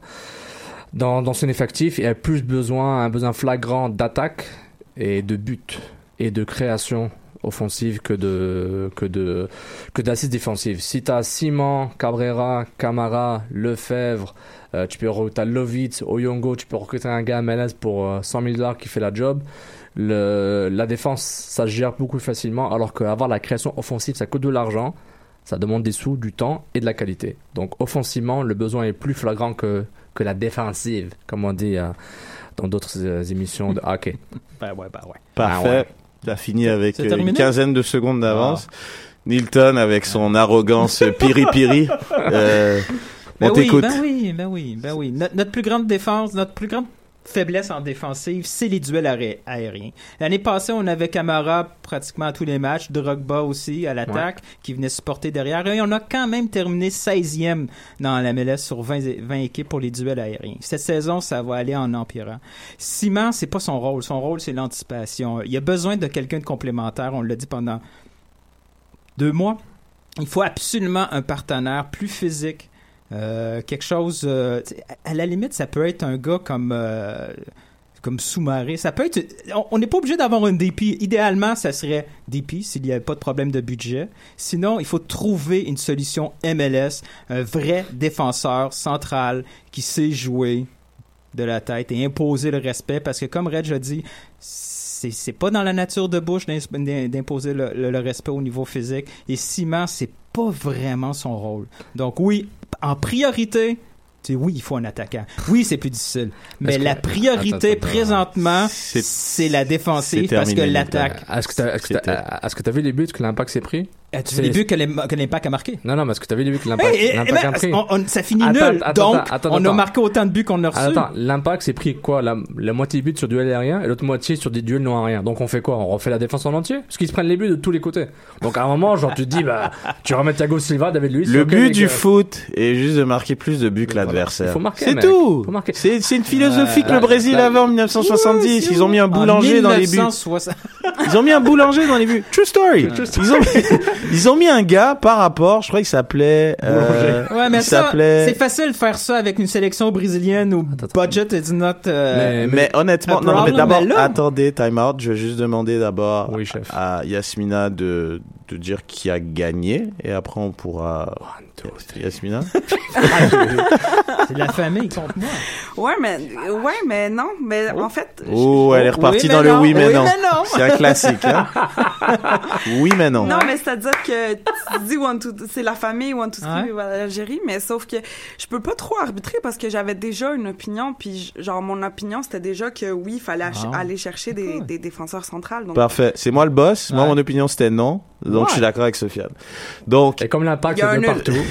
S8: dans, dans son effectif et a plus besoin, un besoin flagrant d'attaque et de but et de création offensive que de que de que d'assises défensives. Si tu as Simon, Cabrera, Camara, Lefebvre, euh, tu peux re- t'as Lovitz, Oyongo, tu peux recruter un gars à MLS pour euh, 100 000 dollars qui fait la job. Le, la défense, ça se gère beaucoup facilement, alors qu'avoir la création offensive, ça coûte de l'argent, ça demande des sous, du temps et de la qualité. Donc offensivement, le besoin est plus flagrant que, que la défensive, comme on dit euh, dans d'autres euh, émissions de hockey.
S9: [LAUGHS] Ben ouais, ben ouais.
S10: Parfait. T'as fini avec
S9: C'est
S10: euh, une
S9: terminé Ah.
S10: quinzaine de secondes d'avance. Nilton avec son arrogance piri-piri.
S9: [LAUGHS]
S10: Euh,
S9: Ben
S10: on
S9: oui,
S10: t'écoute.
S9: Ben oui, ben oui, ben oui. Notre, notre plus grande défense, notre plus grande faiblesse en défensive, c'est les duels aré- aériens. L'année passée, on avait Camara pratiquement à tous les matchs, Drogba aussi à l'attaque, qui venait supporter derrière. Et on a quand même terminé 16e dans la MLS sur 20, é- 20 équipes pour les duels aériens. Cette saison, ça va aller en empirant. Simon, c'est pas son rôle. Son rôle, c'est l'anticipation. Il y a besoin de quelqu'un de complémentaire. On l'a dit pendant deux mois. Il faut absolument un partenaire plus physique. euh, quelque chose. euh, tu sais, à à la limite, ça peut être un gars comme. euh, comme sous-marin. Ça peut être. on- On n'est pas obligé d'avoir un DP. Idéalement, ça serait DP s'il n'y avait pas de problème de budget. Sinon, il faut trouver une solution MLS, un vrai défenseur central qui sait jouer de la tête et imposer le respect parce que comme Reg a dit c'est c'est pas dans la nature de Bush d'ins- d'im- d'imposer le, le- le respect au niveau physique et Simon c'est pas vraiment son rôle donc oui en priorité tu sais, oui il faut un attaquant oui c'est plus difficile mais
S8: Est-ce que-
S9: la priorité
S8: Attends, attends,
S9: présentement c'est la défensive
S8: c'est
S9: parce que
S8: terminé,
S9: l'attaque
S8: Est-ce que t'as- est-ce que t'as est-ce que t'as vu les buts que l'impact s'est pris
S10: Eh,
S9: As-tu
S8: C'est-
S9: vu les buts que l'im- que l'impact a marqué
S8: Non, non, mais est-ce que t'as vu les buts que l'impact
S9: Hey, eh,
S8: l'impact
S9: ben,
S8: a pris
S9: on- on- ça finit
S8: Attends,
S9: nul
S8: attends,
S9: donc
S8: attends,
S9: on a
S8: attends.
S9: marqué autant de buts qu'on a reçus
S8: Ah, Attends, l'impact s'est pris quoi la, la moitié des buts sur duel aérien et l'autre moitié sur des duels non aériens. Donc on fait quoi On refait la défense en entier Parce qu'ils se prennent les buts de tous les côtés. Donc à un moment, genre tu te
S9: [LAUGHS]
S8: dis, bah, tu remets Thiago Silva, David Luiz.
S10: Le
S8: ok,
S10: but
S8: les
S10: du
S8: gars.
S10: foot est juste de marquer plus de buts que l'adversaire.
S8: Faut marquer,
S10: C'est
S8: mec.
S10: tout.
S8: Faut marquer.
S10: C'est c'est une philosophie que
S8: Euh,
S10: le Brésil
S8: la-
S10: avait en 1970. Ils ont mis un boulanger dans les buts. Ils ont mis un boulanger dans les buts. True story. Ils ont, mis, ils ont mis un gars par rapport, je crois qu'il s'appelait. euh,
S9: ouais, mais
S10: il
S9: ça,
S10: s'appelait-
S9: c'est facile de faire ça avec une sélection brésilienne où budget is not.
S10: Mais,
S9: euh,
S10: Eh, mais honnêtement,
S9: un
S10: non, mais
S9: problem,
S10: d'abord,
S9: mais là-
S10: attendez, time out. Je vais juste demander d'abord à Yasmina de, de dire qui a gagné et après on pourra. [LAUGHS] Yasmina
S9: C'est de la famille contre moi.
S12: Ouais, mais, ouais, mais non. Mais en fait,
S10: Oh, elle est repartie dans le oui mais non. C'est un classique. [LAUGHS] Hein oui mais non.
S12: Non, mais c'est-à-dire que tu dis one, two, c'est la famille one, two, three, voilà, l'Algérie, mais sauf que je peux pas trop arbitrer parce que j'avais déjà une opinion, puis je- genre mon opinion c'était déjà que oui, il fallait ach-
S10: Ah.
S12: aller chercher des, des défenseurs centrales. Donc,
S10: Parfait. C'est moi le boss. Moi, mon opinion, c'était non. Donc,
S12: Ouais.
S10: je suis d'accord avec Sofiane. Donc. Et
S8: comme l'impact
S12: Il y a est un bien nul.
S8: partout.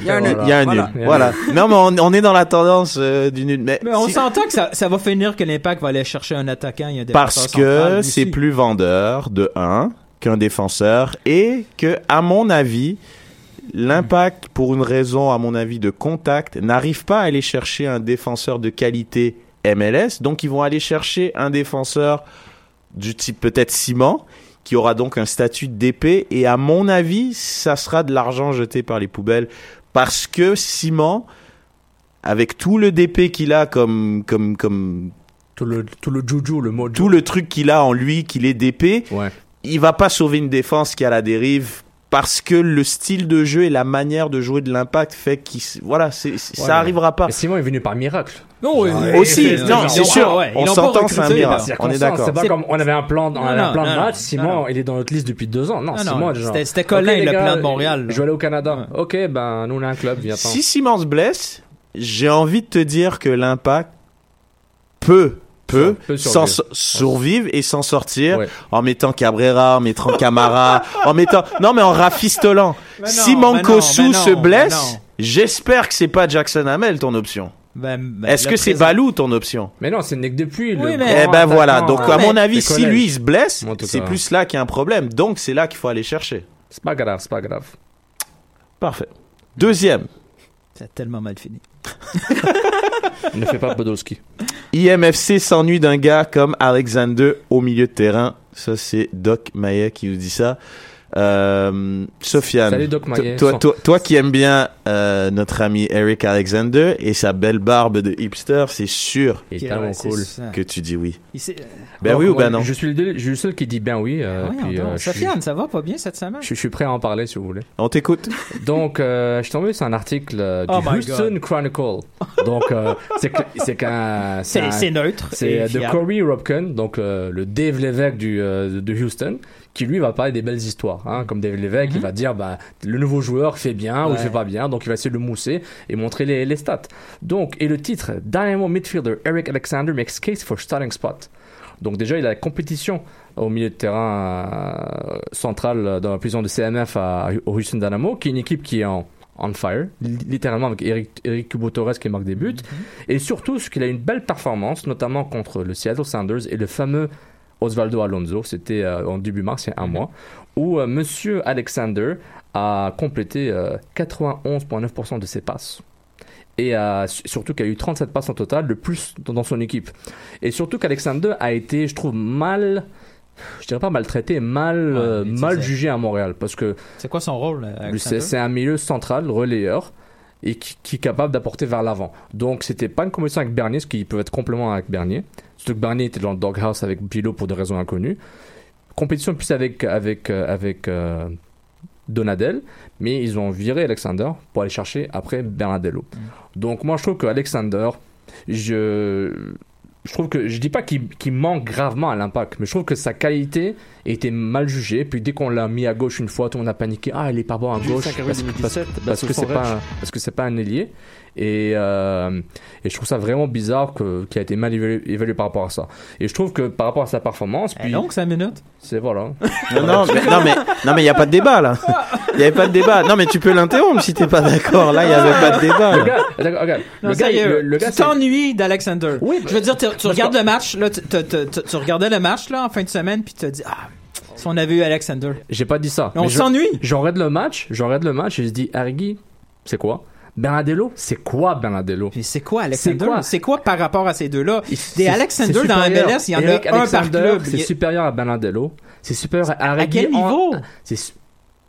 S12: Il y a un
S10: nul.
S12: nul.
S10: Il y a un
S12: Voilà.
S10: nul. Voilà. Non, mais on, on est dans la tendance euh, du nul. Mais,
S9: Mais on
S10: si-
S9: s'entend que ça, ça va finir que l'impact va aller chercher un attaquant. Il y a des
S10: Parce
S9: défenseurs centrales,
S10: que
S9: lui
S10: c'est
S9: aussi.
S10: plus vendeur de un qu'un défenseur et que, à mon avis, l'impact, pour une raison, à mon avis, de contact, n'arrive pas à aller chercher un défenseur de qualité MLS. Donc, ils vont aller chercher un défenseur du type peut-être Simon, qui aura donc un statut d'épée. Et à mon avis, ça sera de l'argent jeté par les poubelles parce que Simon, avec tout le DP qu'il a comme comme comme
S8: tout le tout le juju, le mot
S10: tout le truc qu'il a en lui qu'il est DP, il va pas sauver une défense qui a la dérive parce que le style de jeu et la manière de jouer de l'impact fait qu'il s- voilà c'est c'est-
S8: Ouais, mais-
S10: ça arrivera pas
S8: Mais Simon est venu par miracle.
S9: Non,
S10: ouais, ouais, aussi, c'est- non, c'est sûr, on s'entend, c'est un miracle, on est d'accord.
S8: C'est pas comme on avait un plan, on
S9: Non,
S8: avait un
S9: non,
S8: plan de
S9: non, non,
S8: match. Simon,
S9: non.
S8: il est dans notre liste depuis deux ans. Non,
S9: Non,
S8: Simon,
S9: non,
S8: genre,
S9: c'était- c'était Colin,
S8: ok, les
S9: le
S8: gars,
S9: plan de Montréal,
S8: Je vais aller au Canada. Ok, ben nous on a un club, viens. attends.
S10: si Simon se blesse j'ai envie de te dire que l'impact peut peut,
S8: peut
S10: s'en
S8: survivre.
S10: so- survivre et s'en sortir en mettant Cabrera, en mettant
S9: [LAUGHS]
S10: Camara, en mettant non mais en rafistolant. si
S9: non, mais non,
S10: Mankosu
S9: mais
S10: se
S9: non,
S10: blesse,
S9: mais non.
S10: j'espère que c'est pas Jackson Hamel ton option.
S9: Ben, ben,
S10: Est-ce
S9: le
S10: que c'est
S9: présent-
S10: Balou ton option
S8: Mais non, c'est Nick depuis.
S9: Oui, mais-
S8: le grand
S10: Eh ben voilà,
S8: attaquant,
S10: donc
S8: euh,
S10: à mon avis,
S8: des
S10: si
S8: collèges.
S10: lui il se blesse,
S8: Moi, en tout
S10: c'est
S8: cas.
S10: plus là qu'il y a un problème. Donc c'est là qu'il faut aller chercher.
S8: C'est pas grave, c'est pas grave.
S10: Parfait. Deuxième,
S9: Ça a tellement mal fini.
S8: [LAUGHS] Ne fais pas Podolski.
S10: IMFC s'ennuie d'un gars comme Alexander au milieu de terrain. Ça c'est Doc Maillet qui nous dit ça. Euh, Sofiane,
S8: Salut, Doc
S10: to-
S8: Maillet.
S10: toi, toi, toi qui aimes bien euh, notre ami Eric Alexander et sa belle barbe de hipster, c'est sûr
S8: Il est tellement cool.
S9: Ah.
S10: que tu dis oui.
S9: Il s'est-
S10: Ben oui ou ben non
S8: Je suis le, je suis le seul qui dit ben oui. euh,
S9: Voyons
S8: puis,
S9: donc,
S8: euh, je suis-
S9: Sofiane, ça va pas bien cette semaine?
S8: Je, je suis prêt à en parler si vous voulez.
S10: On t'écoute.
S8: Donc, euh, je suis tombé sur un article euh, du
S9: Oh my
S8: Houston Chronicle. Donc, euh, c'est que- c'est qu'un.
S9: C'est-
S8: un-
S9: c'est neutre et
S8: C'est euh, de
S9: fiable.
S8: Corey Robkin, donc euh, le Dave Lévesque du, euh, de Houston, qui lui va parler des belles histoires. hein. Comme Dave Lévesque, il va dire bah, le nouveau joueur fait bien ou il
S9: Mhm. Ouais.
S8: fait pas bien, donc il va essayer de le mousser et montrer les, les stats. Donc, et le titre Dynamo midfielder Eric Alexander makes case for starting spot. Donc déjà, il a la compétition au milieu de terrain euh, central euh, dans la prison de CMF à, au Houston Dynamo, qui est une équipe qui est en on fire, li- littéralement avec Eric, Eric Kubo-Torres qui marque des buts. Et surtout, ce qu'il a une belle performance, notamment contre le Seattle Sounders et le fameux Osvaldo Alonso, c'était euh, en début mars, il y a un mois, où euh, Monsieur Alexander a complété euh, 91,9% de ses passes et a- surtout qu'il y a eu 37 passes en total, le plus dans dans son équipe. Et surtout qu'Alexander a été, je trouve, mal, je dirais pas maltraité, mal, euh, mal jugé à Montréal, parce que
S9: C'est quoi son rôle, euh,
S8: lui, Euh, c'est c'est un milieu central, relayeur, et qui, qui est capable d'apporter vers l'avant. Donc c'était pas une compétition avec Bernier, ce qui peut être complément avec Bernier. Surtout que Bernier était dans le doghouse avec Bilo pour des raisons inconnues. Compétition plus avec, avec, euh, avec euh, Donadel, mais ils ont viré Alexander pour aller chercher après Bernadello. Donc moi je trouve que Alexander, je, je trouve que je dis pas qu'il qu'il manque gravement à l'impact, mais je trouve que sa qualité était mal jugée. Puis dès qu'on l'a mis à gauche une fois, tout le monde a paniqué. Ah, il est pas bon à
S7: Jules
S8: gauche
S7: Saccarelli,
S8: parce,
S7: 2017, Basso
S8: parce- parce que
S7: sans
S8: c'est pas
S7: rage.
S8: un- parce que c'est pas un ailier. Et, euh, et je trouve ça vraiment bizarre que- qu'il a été mal évalué, évalué par rapport à ça. Et je trouve que par rapport à sa performance, puis
S9: Eh, Donc, 5 minutes.
S8: c'est
S9: [LAUGHS]
S8: voilà.
S10: Non, non, mais, non, mais, non, mais il n'y a pas de débat, là. Il n'y avait pas de débat. Non, mais tu peux l'interrompre si t'es pas d'accord. Là, il n'y avait pas de débat.
S8: Le
S10: là.
S8: gars, d'accord, regarde.
S9: Non,
S8: le gars,
S9: sérieux,
S8: le, le gars,
S9: tu
S8: c'est-
S9: t'ennuies d'Alexander. je veux dire, tu, tu regardes
S8: que-
S9: le match, là, tu, tu- tu- tu- tu regardais le match là en fin de semaine, puis tu te dis ah, si on avait eu Alexander.
S8: J'ai pas dit ça.
S9: Mais on
S8: Mais je-
S9: s'ennuie.
S8: J'en regarde le match, j'en regarde le match et je dis, Arigui, c'est quoi Bernadello, c'est quoi Bernadello
S9: C'est quoi
S8: C'est
S9: Alexander,
S8: quoi
S9: c'est quoi par rapport à ces deux-là Des
S8: C'est-
S9: Alexander
S8: c'est
S9: dans
S8: supérieur.
S9: MLS, il y en
S8: Eric
S9: a un par
S8: Alexander,
S9: club.
S8: C'est
S9: Il-
S8: supérieur à Bernadello, c'est supérieur à Arigui.
S9: quel niveau
S8: C'est su-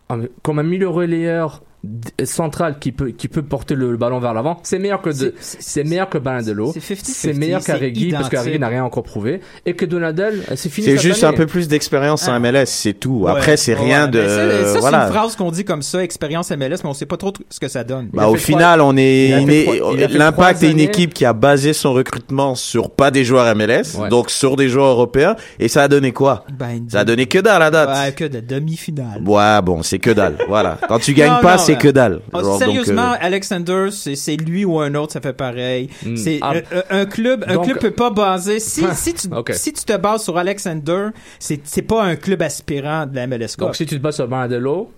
S8: Ah, mais comme un milieu relayeur d- central qui peut qui peut porter le, le ballon vers l'avant, c'est meilleur que de- c'est meilleur que Bernadello,
S9: Oh, c'est 50-50,
S8: c'est meilleur
S9: c'est
S8: qu'Arigui parce
S9: identique.
S8: qu'Arigui n'a rien encore prouvé et que Donadel, euh, c'est fini.
S10: C'est
S8: cette
S10: juste
S8: année.
S10: un peu plus d'expérience en MLS, c'est tout. Après,
S9: Ah. Ouais.
S10: c'est
S9: Ouais,
S10: rien
S9: mais ça,
S10: de.
S9: ça, c'est
S10: voilà.
S9: une phrase qu'on dit comme ça, expérience MLS, mais on sait pas trop tr- ce que ça donne.
S10: Bah, au final, on
S9: il a
S10: est,
S9: fait
S10: né-
S9: trois- il a fait
S10: l'impact
S9: trois
S10: est une
S9: années.
S10: équipe qui a basé son recrutement sur pas des joueurs MLS, donc sur des joueurs européens, et ça a donné quoi?
S9: Ben,
S10: Ça a donné que dalle à date.
S9: ouais, que de demi-finale.
S10: Ouais, bon, c'est que dalle. voilà. Quand tu gagnes
S9: Non,
S10: pas,
S9: non,
S10: c'est
S9: non.
S10: que dalle.
S9: Ah,
S10: Genre, donc,
S9: sérieusement,
S10: euh,
S9: Alexander, c'est c'est lui ou un autre, ça fait pareil.
S10: Mm.
S9: C'est
S10: Ah.
S9: euh, euh, un club, un
S8: Hmm. Donc-
S9: club peut pas baser.
S8: [LAUGHS]
S9: Si, si tu
S8: Ok.
S9: si tu te bases sur Alexander, c'est c'est pas un club aspirant de la MLS. Cup.
S8: Donc si tu te bats sur Bernadello,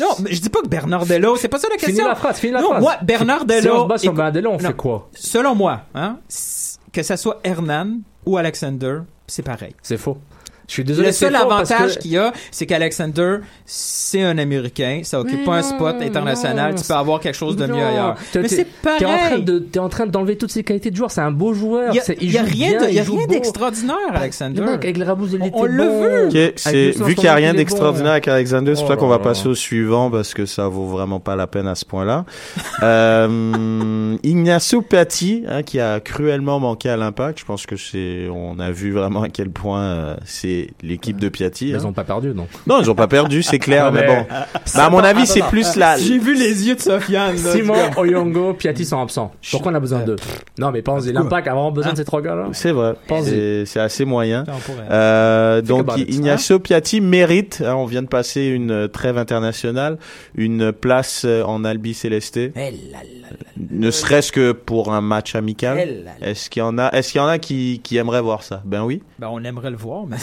S9: non, mais je dis pas que Bernardello, c'est pas ça la question.
S8: Finis la phrase, finis la
S9: non,
S8: phrase.
S9: moi
S8: Si on
S9: Bernardello,
S8: se bat sur
S9: écoute,
S8: Bernadello, on
S9: non.
S8: fait quoi
S9: selon moi, hein, c- que ça soit Hernan ou Alexander, c'est pareil.
S8: C'est faux. Je suis désolé.
S9: le seul
S8: c'est faux parce
S9: avantage
S8: que-
S9: qu'il y a, c'est qu'Alexander, c'est un Américain, ça occupe
S8: Mais
S9: pas un
S8: non,
S9: spot international,
S8: non,
S9: tu peux avoir quelque chose de mieux
S8: Non,
S9: ailleurs.
S8: t'es-
S9: Mais
S8: t'es-
S9: c'est
S8: T'es en train
S9: pareil.
S8: de- t'es en train d'enlever toutes ses qualités de joueur. C'est un beau joueur.
S9: Il y a-
S8: c'est-
S9: il y a
S8: joue
S9: rien
S8: bien,
S9: de- il y a
S8: il joue
S9: rien
S8: beau.
S9: d'extraordinaire, Alexander.
S8: Le mec, avec le rabouze, il était
S9: on l'a
S8: bon.
S10: Ok,
S8: Avec
S10: c'est-
S8: le sens,
S10: vu
S8: on
S10: qu'il n'y a rien
S8: voit qu'il est bon.
S10: d'extraordinaire avec Alexander, c'est
S8: Oh
S10: pour ça qu'on
S8: là
S10: va
S8: là.
S10: passer au suivant parce que ça vaut vraiment pas la peine à ce point-là. [LAUGHS] euh, Ignacio Patti, hein, qui a cruellement manqué à l'impact. Je pense que c'est, on a vu vraiment à quel point euh, c'est les l'équipe de Piatti.
S8: Mais
S10: hein.
S8: ils ont pas perdu, donc.
S10: Non, ils ont pas perdu, c'est clair, mais
S8: Ouais. [LAUGHS]
S10: bon. Mais à mon avis, c'est
S8: Attends,
S10: plus
S8: attends.
S10: la.
S9: J'ai vu les yeux de Sofiane. là,
S8: Simon,
S9: tu vois.
S8: Oyongo, Piatti sont absents. Pourquoi on a besoin d'eux Non, mais pense-y.
S10: Pourquoi
S8: L'impact a vraiment besoin de ces trois gars-là
S10: C'est vrai.
S8: Pense-y.
S10: C'est c'est assez moyen.
S8: on pourrait.
S10: Euh, donc
S8: about it,
S10: Ignacio Piatti mérite, hein, on vient de passer une euh, trêve internationale, une place euh, en Albi Céleste.
S9: Euh,
S10: Ne serait-ce que pour un match
S9: Eh
S10: amical.
S9: là
S10: Est-ce qu'il y en a, est-ce qu'il y en a qui, qui aimeraient voir ça Ben oui.
S9: Ben, on aimerait le voir,
S8: [LAUGHS]
S9: mais.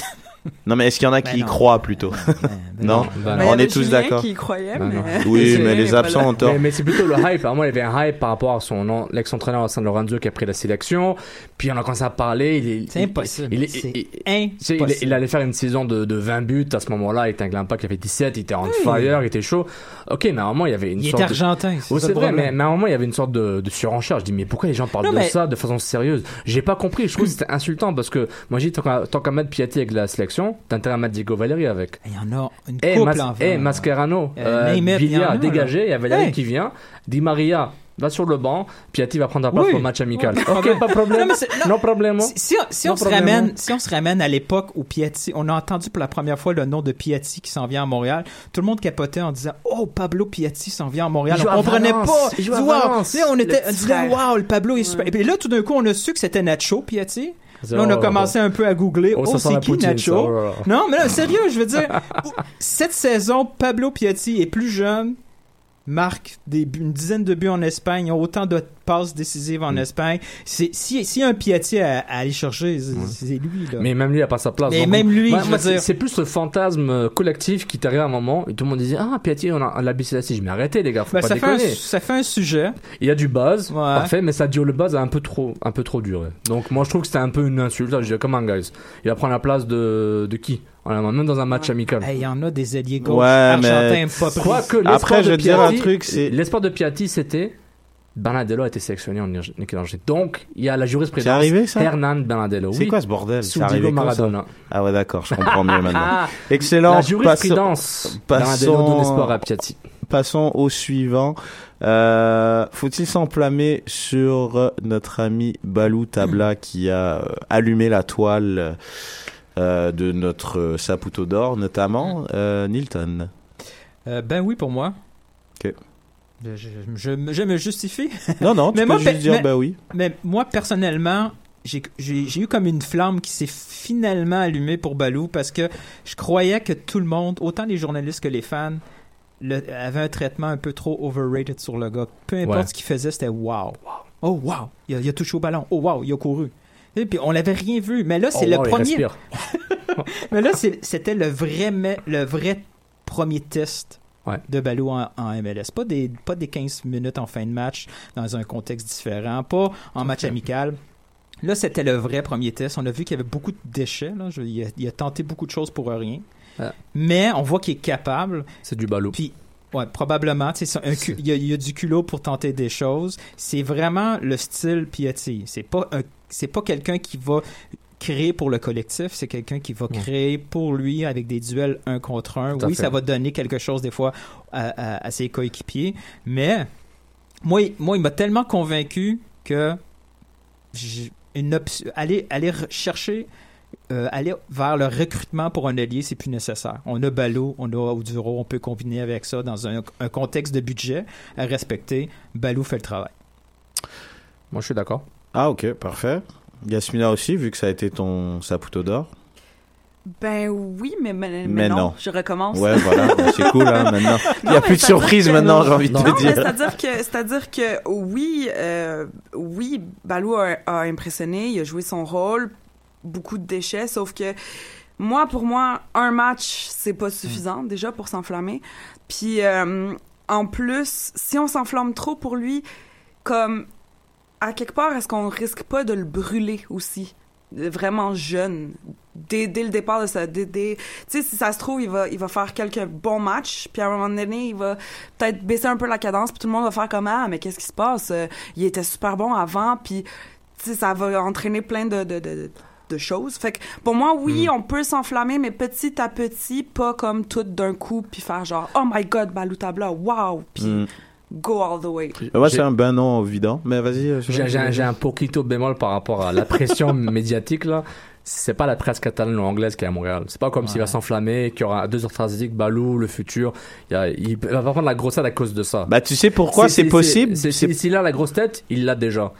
S10: Non, mais est-ce qu'il y en a qui
S9: Ben
S10: y
S9: non.
S10: croient plutôt Bah Non,
S8: Ben
S10: on
S8: non.
S10: est tous d'accord.
S8: Ben non.
S10: Oui, mais les absents ont tort.
S8: Mais, mais c'est plutôt le hype. Alors, moi, il y avait un hype par rapport à son en- l'ex-entraîneur San Lorenzo qui a pris la sélection. Puis on a commencé à parler. il est-
S9: C'est
S8: il-
S9: impossible.
S8: Il, est-
S9: C'est
S8: il-
S9: Hein?
S8: il- tu sais, il- il allait faire une saison de, de 20 buts à ce moment-là. Il était avec l'Impact, il avait 17, il était on fire, il était chaud. Ok, mais à un moment, il y avait une
S9: Il est
S8: sorte. de-
S9: argentin, c'est
S8: Oui,
S9: ça
S8: c'est
S9: le
S8: vrai,
S9: problème.
S8: mais, mais à un moment, il y avait une sorte de, de surenchère. Je dis, mais pourquoi les gens parlent
S9: Non,
S8: de
S9: mais-
S8: ça de façon sérieuse J'ai pas compris. Je
S9: [CLEARS THROAT]
S8: trouve que c'était insultant parce que moi, j'ai dit, tant qu'à tant qu'à mettre Piatti avec la sélection, t'as intérêt à mettre Diego Valeri avec.
S9: Il y en a une
S8: Eh,
S9: couple,
S8: Mas-
S9: enfin.
S8: eh, Mascherano,
S9: Eh,
S8: euh,
S9: Neymar, il y en a,
S8: Villa,
S9: là.
S8: dégagé, il y a Valérie
S9: Eh.
S8: qui vient, Di Maria va sur le banc, Piatti va prendre la place
S9: Oui.
S8: pour le match amical.
S9: Ouais,
S8: ok,
S9: Non,
S8: pas de problème.
S9: mais c'est- non.
S8: non problème. hein.
S9: Si, si on, si
S8: Non
S9: on se
S8: problème. hein.
S9: ramène, si on se ramène à l'époque où Piatti, on a entendu pour la première fois le nom de Piatti qui s'en vient à Montréal, tout le monde capotait en disant Oh, Pablo Piatti s'en vient à Montréal.
S8: Il joue
S9: on
S8: à
S9: comprenait
S8: Valence.
S9: pas.
S8: Il joue à
S9: Wow.
S8: Valence.
S9: Tu sais, on
S8: Le
S9: était,
S8: petit
S9: on disait
S8: frère.
S9: Wow, le Pablo est super. Et puis là, tout d'un coup, on a su que c'était Nacho Piatti. Là, on a
S8: Oh,
S9: commencé un peu à googler
S8: Oh,
S9: Oh,
S8: ça sent
S9: c'est
S8: la
S9: qui
S8: poutine, ça.
S9: Nacho
S8: Oh.
S9: [LAUGHS] Non, mais là, sérieux, je veux dire, cette saison, Pablo Piatti est plus jeune marque des buts- une dizaine de buts en Espagne, ils ont autant de passes décisives
S8: Mm.
S9: en Espagne. C'est si si un Piatti à, à aller chercher, c'est c'est lui là.
S8: Mais même lui a pas sa place.
S9: Mais
S8: Donc,
S9: même lui,
S8: moi-
S9: je
S8: moi,
S9: veux
S8: c'est-
S9: dire.
S8: c'est plus le fantasme euh, collectif qui t'arrive à un moment et tout le monde disait ah Piatti on a la Celestis. Je mais arrêtez les gars, faut
S10: Bah,
S9: Ben,
S8: pas
S9: ça, fait un,
S8: déconner.
S9: su- ça fait un sujet.
S8: Il y a du buzz, parfait, mais ça dure le buzz a un peu trop, un peu trop duré. Donc moi je trouve que c'était un peu une insulte. Là, je dis comment guys, il va prendre la place de de qui On l'a même dans un match amical.
S9: Eh, Il y en a des alliés gauche
S10: Ouais,
S9: argentins
S10: mais-
S9: pas pris.
S8: Quoique, l'espoir
S10: Après,
S8: de
S10: je vais te dire
S8: Piatti-
S10: un truc, c'est-
S8: L'espoir de Piatti, c'était. Bernadello a été sélectionné en Irg- équipe d'Argentine. Donc, il y a la jurisprudence.
S10: C'est arrivé, ça
S8: Hernan Bernadello.
S10: C'est
S8: Oui.
S10: quoi ce bordel
S8: Sous
S10: C'est arrivé
S8: Diego
S10: quand, ça
S8: Maradona. Ah,
S10: Ah ouais, d'accord, je comprends mieux maintenant. Excellent.
S8: [LAUGHS] La jurisprudence.
S10: Passons,
S8: Bernadello donne
S10: passons,
S8: espoir à Piatti.
S10: passons au suivant. Euh, Faut-il s'enflammer sur notre ami Balou
S8: [LAUGHS]
S10: Tabla qui a euh, allumé la toile euh, de notre euh, Saputo d'or,
S8: [LAUGHS]
S10: notamment euh, Nilton
S9: Euh, ben oui pour moi.
S10: Ok.
S9: Je, je- je me- je me justifie.
S10: Non, non, tu
S9: Mais
S10: peux
S9: moi,
S10: juste
S9: pe-
S10: dire
S9: mais-
S10: bah oui.
S9: Mais moi, personnellement, j'ai j'ai- j'ai eu comme une flamme qui s'est finalement allumée pour Balou parce que je croyais que tout le monde, autant les journalistes que les fans, le- avaient un traitement un peu trop overrated sur le gars. Peu importe
S8: Ouais.
S9: ce qu'il faisait, c'était wow. Oh wow, il a, il a touché au ballon. Oh wow, il a couru. Et puis on l'avait rien vu. Mais là, c'est
S8: Oh,
S9: le
S8: wow, il
S9: premier.
S8: respire.
S9: Mais là, c'est- c'était le vrai, me- le vrai premier test de Balou en, en MLS. Pas des, pas des 15 minutes en fin de match dans un contexte différent, pas en match amical. Là, c'était le vrai premier test. On a vu qu'il y avait beaucoup de déchets. là. Je- il, a, il a tenté beaucoup de choses pour rien. Mais on voit qu'il est capable.
S8: C'est du ballot.
S9: Puis, ouais, probablement. tu sais, c'est un cul- il, y a, il y a du culot pour tenter des choses. C'est vraiment le style Piatti. C'est pas un- c'est pas quelqu'un qui va créer pour le collectif. C'est quelqu'un qui va créer pour lui avec des duels un contre un.
S8: Tout à
S9: Oui,
S8: fait.
S9: ça va donner quelque chose des fois à, à- à ses coéquipiers. Mais moi, il- moi, il m'a tellement convaincu que j'ai une option- aller, aller re- chercher, euh, aller vers le recrutement pour un allié, c'est plus nécessaire. On a Ballot, on a Oduro, on peut combiner avec ça dans un, un contexte de budget à respecter. Ballot fait le travail.
S8: Moi, je suis d'accord.
S10: Ah ok, parfait. Yasmina aussi, vu que ça a été ton Saputo d'or.
S12: Ben oui, mais, mais, mais
S10: Mais
S12: non.
S10: non.
S12: je recommence.
S10: Ouais, voilà, ben, c'est cool,
S12: [LAUGHS]
S10: hein, maintenant. Il y a plus de surprise, maintenant, j'ai envie de te
S12: Non, mais
S10: dire.
S12: c'est-à-dire que, c'est-à-dire que oui, euh, oui, Balou a, a impressionné, il a joué son rôle, beaucoup de déchets, sauf que moi, pour moi, un match, c'est pas suffisant, déjà, pour s'enflammer. Puis, euh, en plus, si on s'enflamme trop pour lui, comme à quelque part, est-ce qu'on risque pas de le brûler aussi, de- vraiment jeune, dès, dès le départ de sa... dès- dès- Tu sais, si ça se trouve, il va, il va faire quelques bons matchs, puis à un moment donné, il va peut-être baisser un peu la cadence, puis tout le monde va faire comme « Ah, mais qu'est-ce qui se passe? Euh, Il était super bon avant, puis tu sais, ça va entraîner plein de... de, de de choses. Fait que pour moi, oui, on peut s'enflammer, mais petit à petit, pas comme tout d'un coup, puis faire genre, oh my god, Balou Tabla, wow, puis
S10: Mm.
S12: go all the way.
S10: Euh, Moi, c'est un ben non évident, mais vas-y. euh,
S8: J'ai j'ai un, j'ai un poquito bémol par rapport à la pression [LAUGHS] médiatique là. c'est pas la presse catalane ou anglaise qui est à Montréal. C'est pas comme s'il va s'enflammer, qu'il y aura deux heures tragiques, Balou, le futur. Il, y a- il va pas prendre la grosse tête à cause de ça.
S10: Bah, tu sais pourquoi c'est possible?
S8: c'est-
S10: C'est-
S8: c'est- S'il a la grosse tête, il l'a déjà.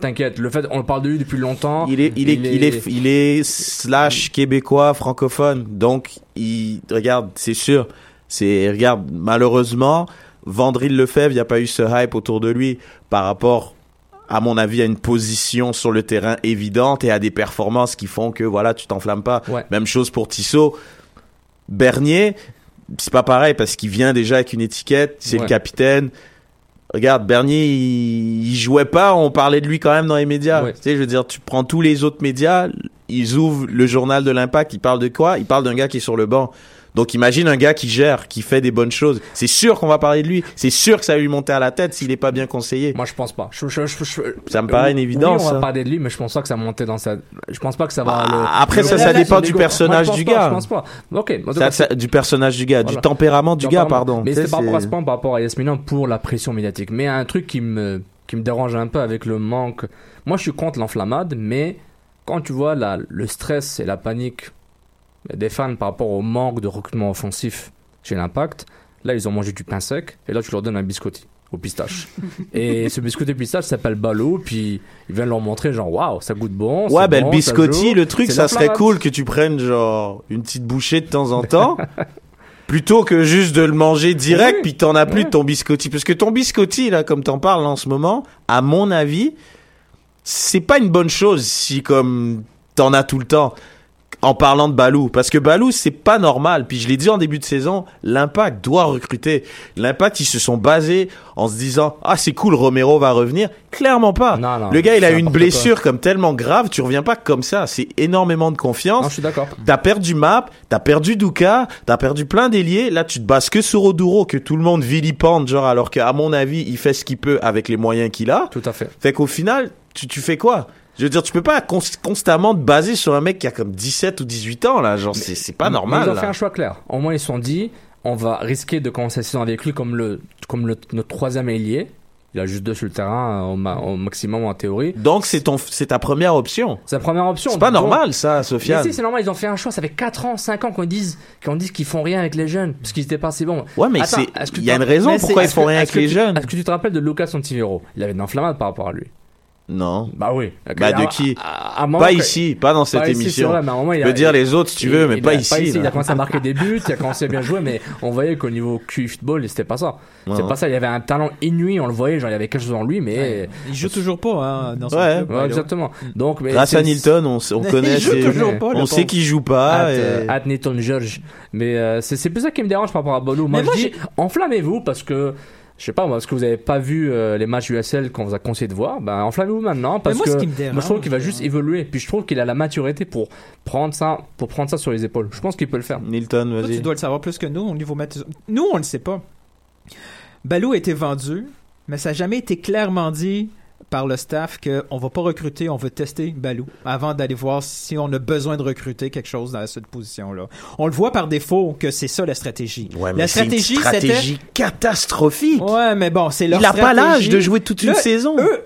S8: T'inquiète, le fait, on parle de lui depuis longtemps.
S10: Il est, il est, il est, il est slash québécois francophone. Donc, il regarde, c'est sûr. C'est regarde, malheureusement, Vandril Lefebvre, il n'y a pas eu ce hype autour de lui par rapport, à mon avis, à une position sur le terrain évidente et à des performances qui font que voilà, tu t'enflammes pas. Même chose pour Tissot. Bernier, c'est pas pareil parce qu'il vient déjà avec une étiquette, c'est le
S8: Ouais.
S10: capitaine. Regarde, Bernier, il, il jouait pas, on parlait de lui quand même dans les médias. Tu sais, je veux dire, tu prends tous les autres médias, ils ouvrent le journal de l'Impact, ils parlent de quoi Ils parlent d'un gars qui est sur le banc. Donc imagine un gars qui gère, qui fait des bonnes choses. C'est sûr qu'on va parler de lui. C'est sûr que ça va lui monter à la tête s'il est pas bien conseillé.
S8: Moi, je pense pas.
S10: ça me paraît une
S8: Oui,
S10: évidence. hein.
S8: on va
S10: ça.
S8: parler de lui, mais je pense pas que ça montait dans sa. Je pense pas que ça va.
S10: Ah,
S8: Bah, le-
S10: après
S8: le-
S10: ça, ça
S8: le-
S10: dépend
S8: le-
S10: du
S8: le-
S10: personnage
S8: Moi, je
S10: du
S8: pense
S10: gars.
S8: pas, Je pense pas. Ok. en tout
S10: Ça-
S8: cas,
S10: ça- du personnage du gars, du
S8: Voilà.
S10: tempérament du gars, pardon.
S8: Mais
S10: Tu sais,
S8: c'était par rapport à ce
S10: c'est-
S8: point, par rapport à Yasmina pour la pression médiatique. Mais il y a un truc qui me, qui me dérange un peu avec le manque. Moi, je suis contre l'enflammade, mais quand tu vois la, le stress et la panique des fans par rapport au manque de recrutement offensif chez l'Impact, là, ils ont mangé du pain sec et là, tu leur donnes un biscotti au pistache. et ce biscotti au pistache s'appelle Balo, puis ils viennent leur montrer genre waouh, ça goûte bon.
S10: ouais,
S8: c'est
S10: ben
S8: bon,
S10: le
S8: ça joue.
S10: biscotti, le truc,
S8: C'est
S10: ça serait
S8: l'enflammade.
S10: cool que tu prennes genre une petite bouchée de temps en
S8: [LAUGHS]
S10: temps. Plutôt que juste de le manger direct, puis t'en as plus de ton biscotti. Parce que ton biscotti, là, comme t'en parles en ce moment, à mon avis, c'est pas une bonne chose si, comme, t'en as tout le temps. En parlant de Balou. Parce que Balou, c'est pas normal. Puis je l'ai dit en début de saison, l'Impact doit recruter. L'Impact, ils se sont basés en se disant, ah, c'est cool, Romero va revenir. Clairement pas. le gars, il a
S8: c'est
S10: eu une
S8: n'importe quoi.
S10: blessure comme tellement grave, tu reviens pas comme ça. C'est énormément de confiance.
S8: je suis d'accord.
S10: T'as perdu Map, t'as perdu Douka, t'as perdu plein d'ailiers. Là, tu te bases que sur Oduro, que tout le monde vilipende, genre, alors qu'à mon avis, il fait ce qu'il peut avec les moyens qu'il a.
S8: Tout à fait.
S10: Fait qu'au final, tu, tu fais quoi? Je veux dire, tu peux pas cons- constamment te baser sur un mec qui a comme 17 ou 18 ans, là. Genre, c'est c'est pas normal.
S8: Mais Ils ont
S10: là.
S8: fait un choix clair. Au moins, ils se sont dit, on va risquer de commencer la saison avec lui comme, le, comme le, notre troisième ailier. Il a juste deux sur le terrain euh, au, ma- au maximum en théorie.
S10: Donc, c'est ton, c'est ta première option.
S8: C'est la première option.
S10: C'est pas
S8: Donc-
S10: normal, ça, Sofiane.
S8: Mais si, c'est normal, ils ont fait un choix. Ça fait 4 ans, 5 ans qu'on dise qu'on dise qu'ils font rien avec les jeunes, parce qu'ils étaient pas assez bons.
S10: Ouais, mais
S8: Attends,
S10: c'est-
S8: est-ce que
S10: il
S8: tu
S10: y a
S8: te-
S10: une raison
S8: mais
S10: pourquoi
S8: c'est-
S10: ils font
S8: est-ce que-
S10: rien
S8: est-ce
S10: avec
S8: que
S10: les
S8: tu-
S10: jeunes.
S8: Est-ce que tu te rappelles de Lucas Antivero Il avait une enflammade par rapport à lui.
S10: Non.
S8: Bah oui.
S10: Bah de
S8: À-
S10: qui
S8: à- à un moment
S10: Pas
S8: que-
S10: ici, pas dans cette
S8: Pas ici, c'est
S10: émission.
S8: vrai, mais à un moment, il
S10: tu
S8: a-
S10: peux dire
S8: il-
S10: les autres si tu
S8: il-
S10: veux, mais
S8: il
S10: pas
S8: a-
S10: ici.
S8: ben, Il
S10: là.
S8: a commencé à marquer des buts, il a commencé à bien jouer, mais on voyait qu'au niveau QI football, et c'était pas ça.
S10: Ouais,
S8: C'est
S10: ouais.
S8: pas ça. Il y avait un talent inouï, on le voyait, genre il y avait quelque chose en lui, mais
S9: Il joue toujours pas hein, dans son
S8: Ouais,
S9: club,
S8: ouais,
S9: Milo.
S8: exactement. Donc, mais
S10: Grâce
S8: c'est-
S10: à Nilton, on, s- on
S8: Il
S10: connaît.
S8: joue
S10: ses-
S8: toujours pas, le
S10: on
S8: pauvre.
S10: sait qu'il joue pas.
S8: At,
S10: et-
S8: euh, at Nathan George. Mais euh, c'est c'est plus ça qui me dérange par rapport à Bolo. Moi,
S9: Mais moi,
S8: je dis, enflammez-vous parce que. Je sais pas, moi, parce que vous avez pas vu euh, les matchs USL qu'on vous a conseillé de voir, ben enflammez-vous maintenant parce
S9: moi,
S8: que
S9: ce qui me dérange, euh,
S8: moi, je trouve qu'il va juste évoluer. Puis je trouve qu'il a la maturité pour prendre ça, pour prendre ça sur les épaules. Je pense qu'il peut le faire.
S10: Nilton,
S9: Toi, tu dois le savoir plus que nous au niveau mat- Nous, on le sait pas. Balou a été vendu, mais ça n'a jamais été clairement dit par le staff qu'on va pas recruter, on veut tester Balou avant d'aller voir si on a besoin de recruter quelque chose dans cette position-là. On le voit par défaut que c'est ça la stratégie.
S10: mais
S9: la
S10: c'est une stratégie catastrophique.
S9: Ouais, mais bon, c'est leur
S10: Il a pas
S9: stratégie.
S10: l'âge de jouer toute une
S9: Là,
S10: saison.
S9: eux,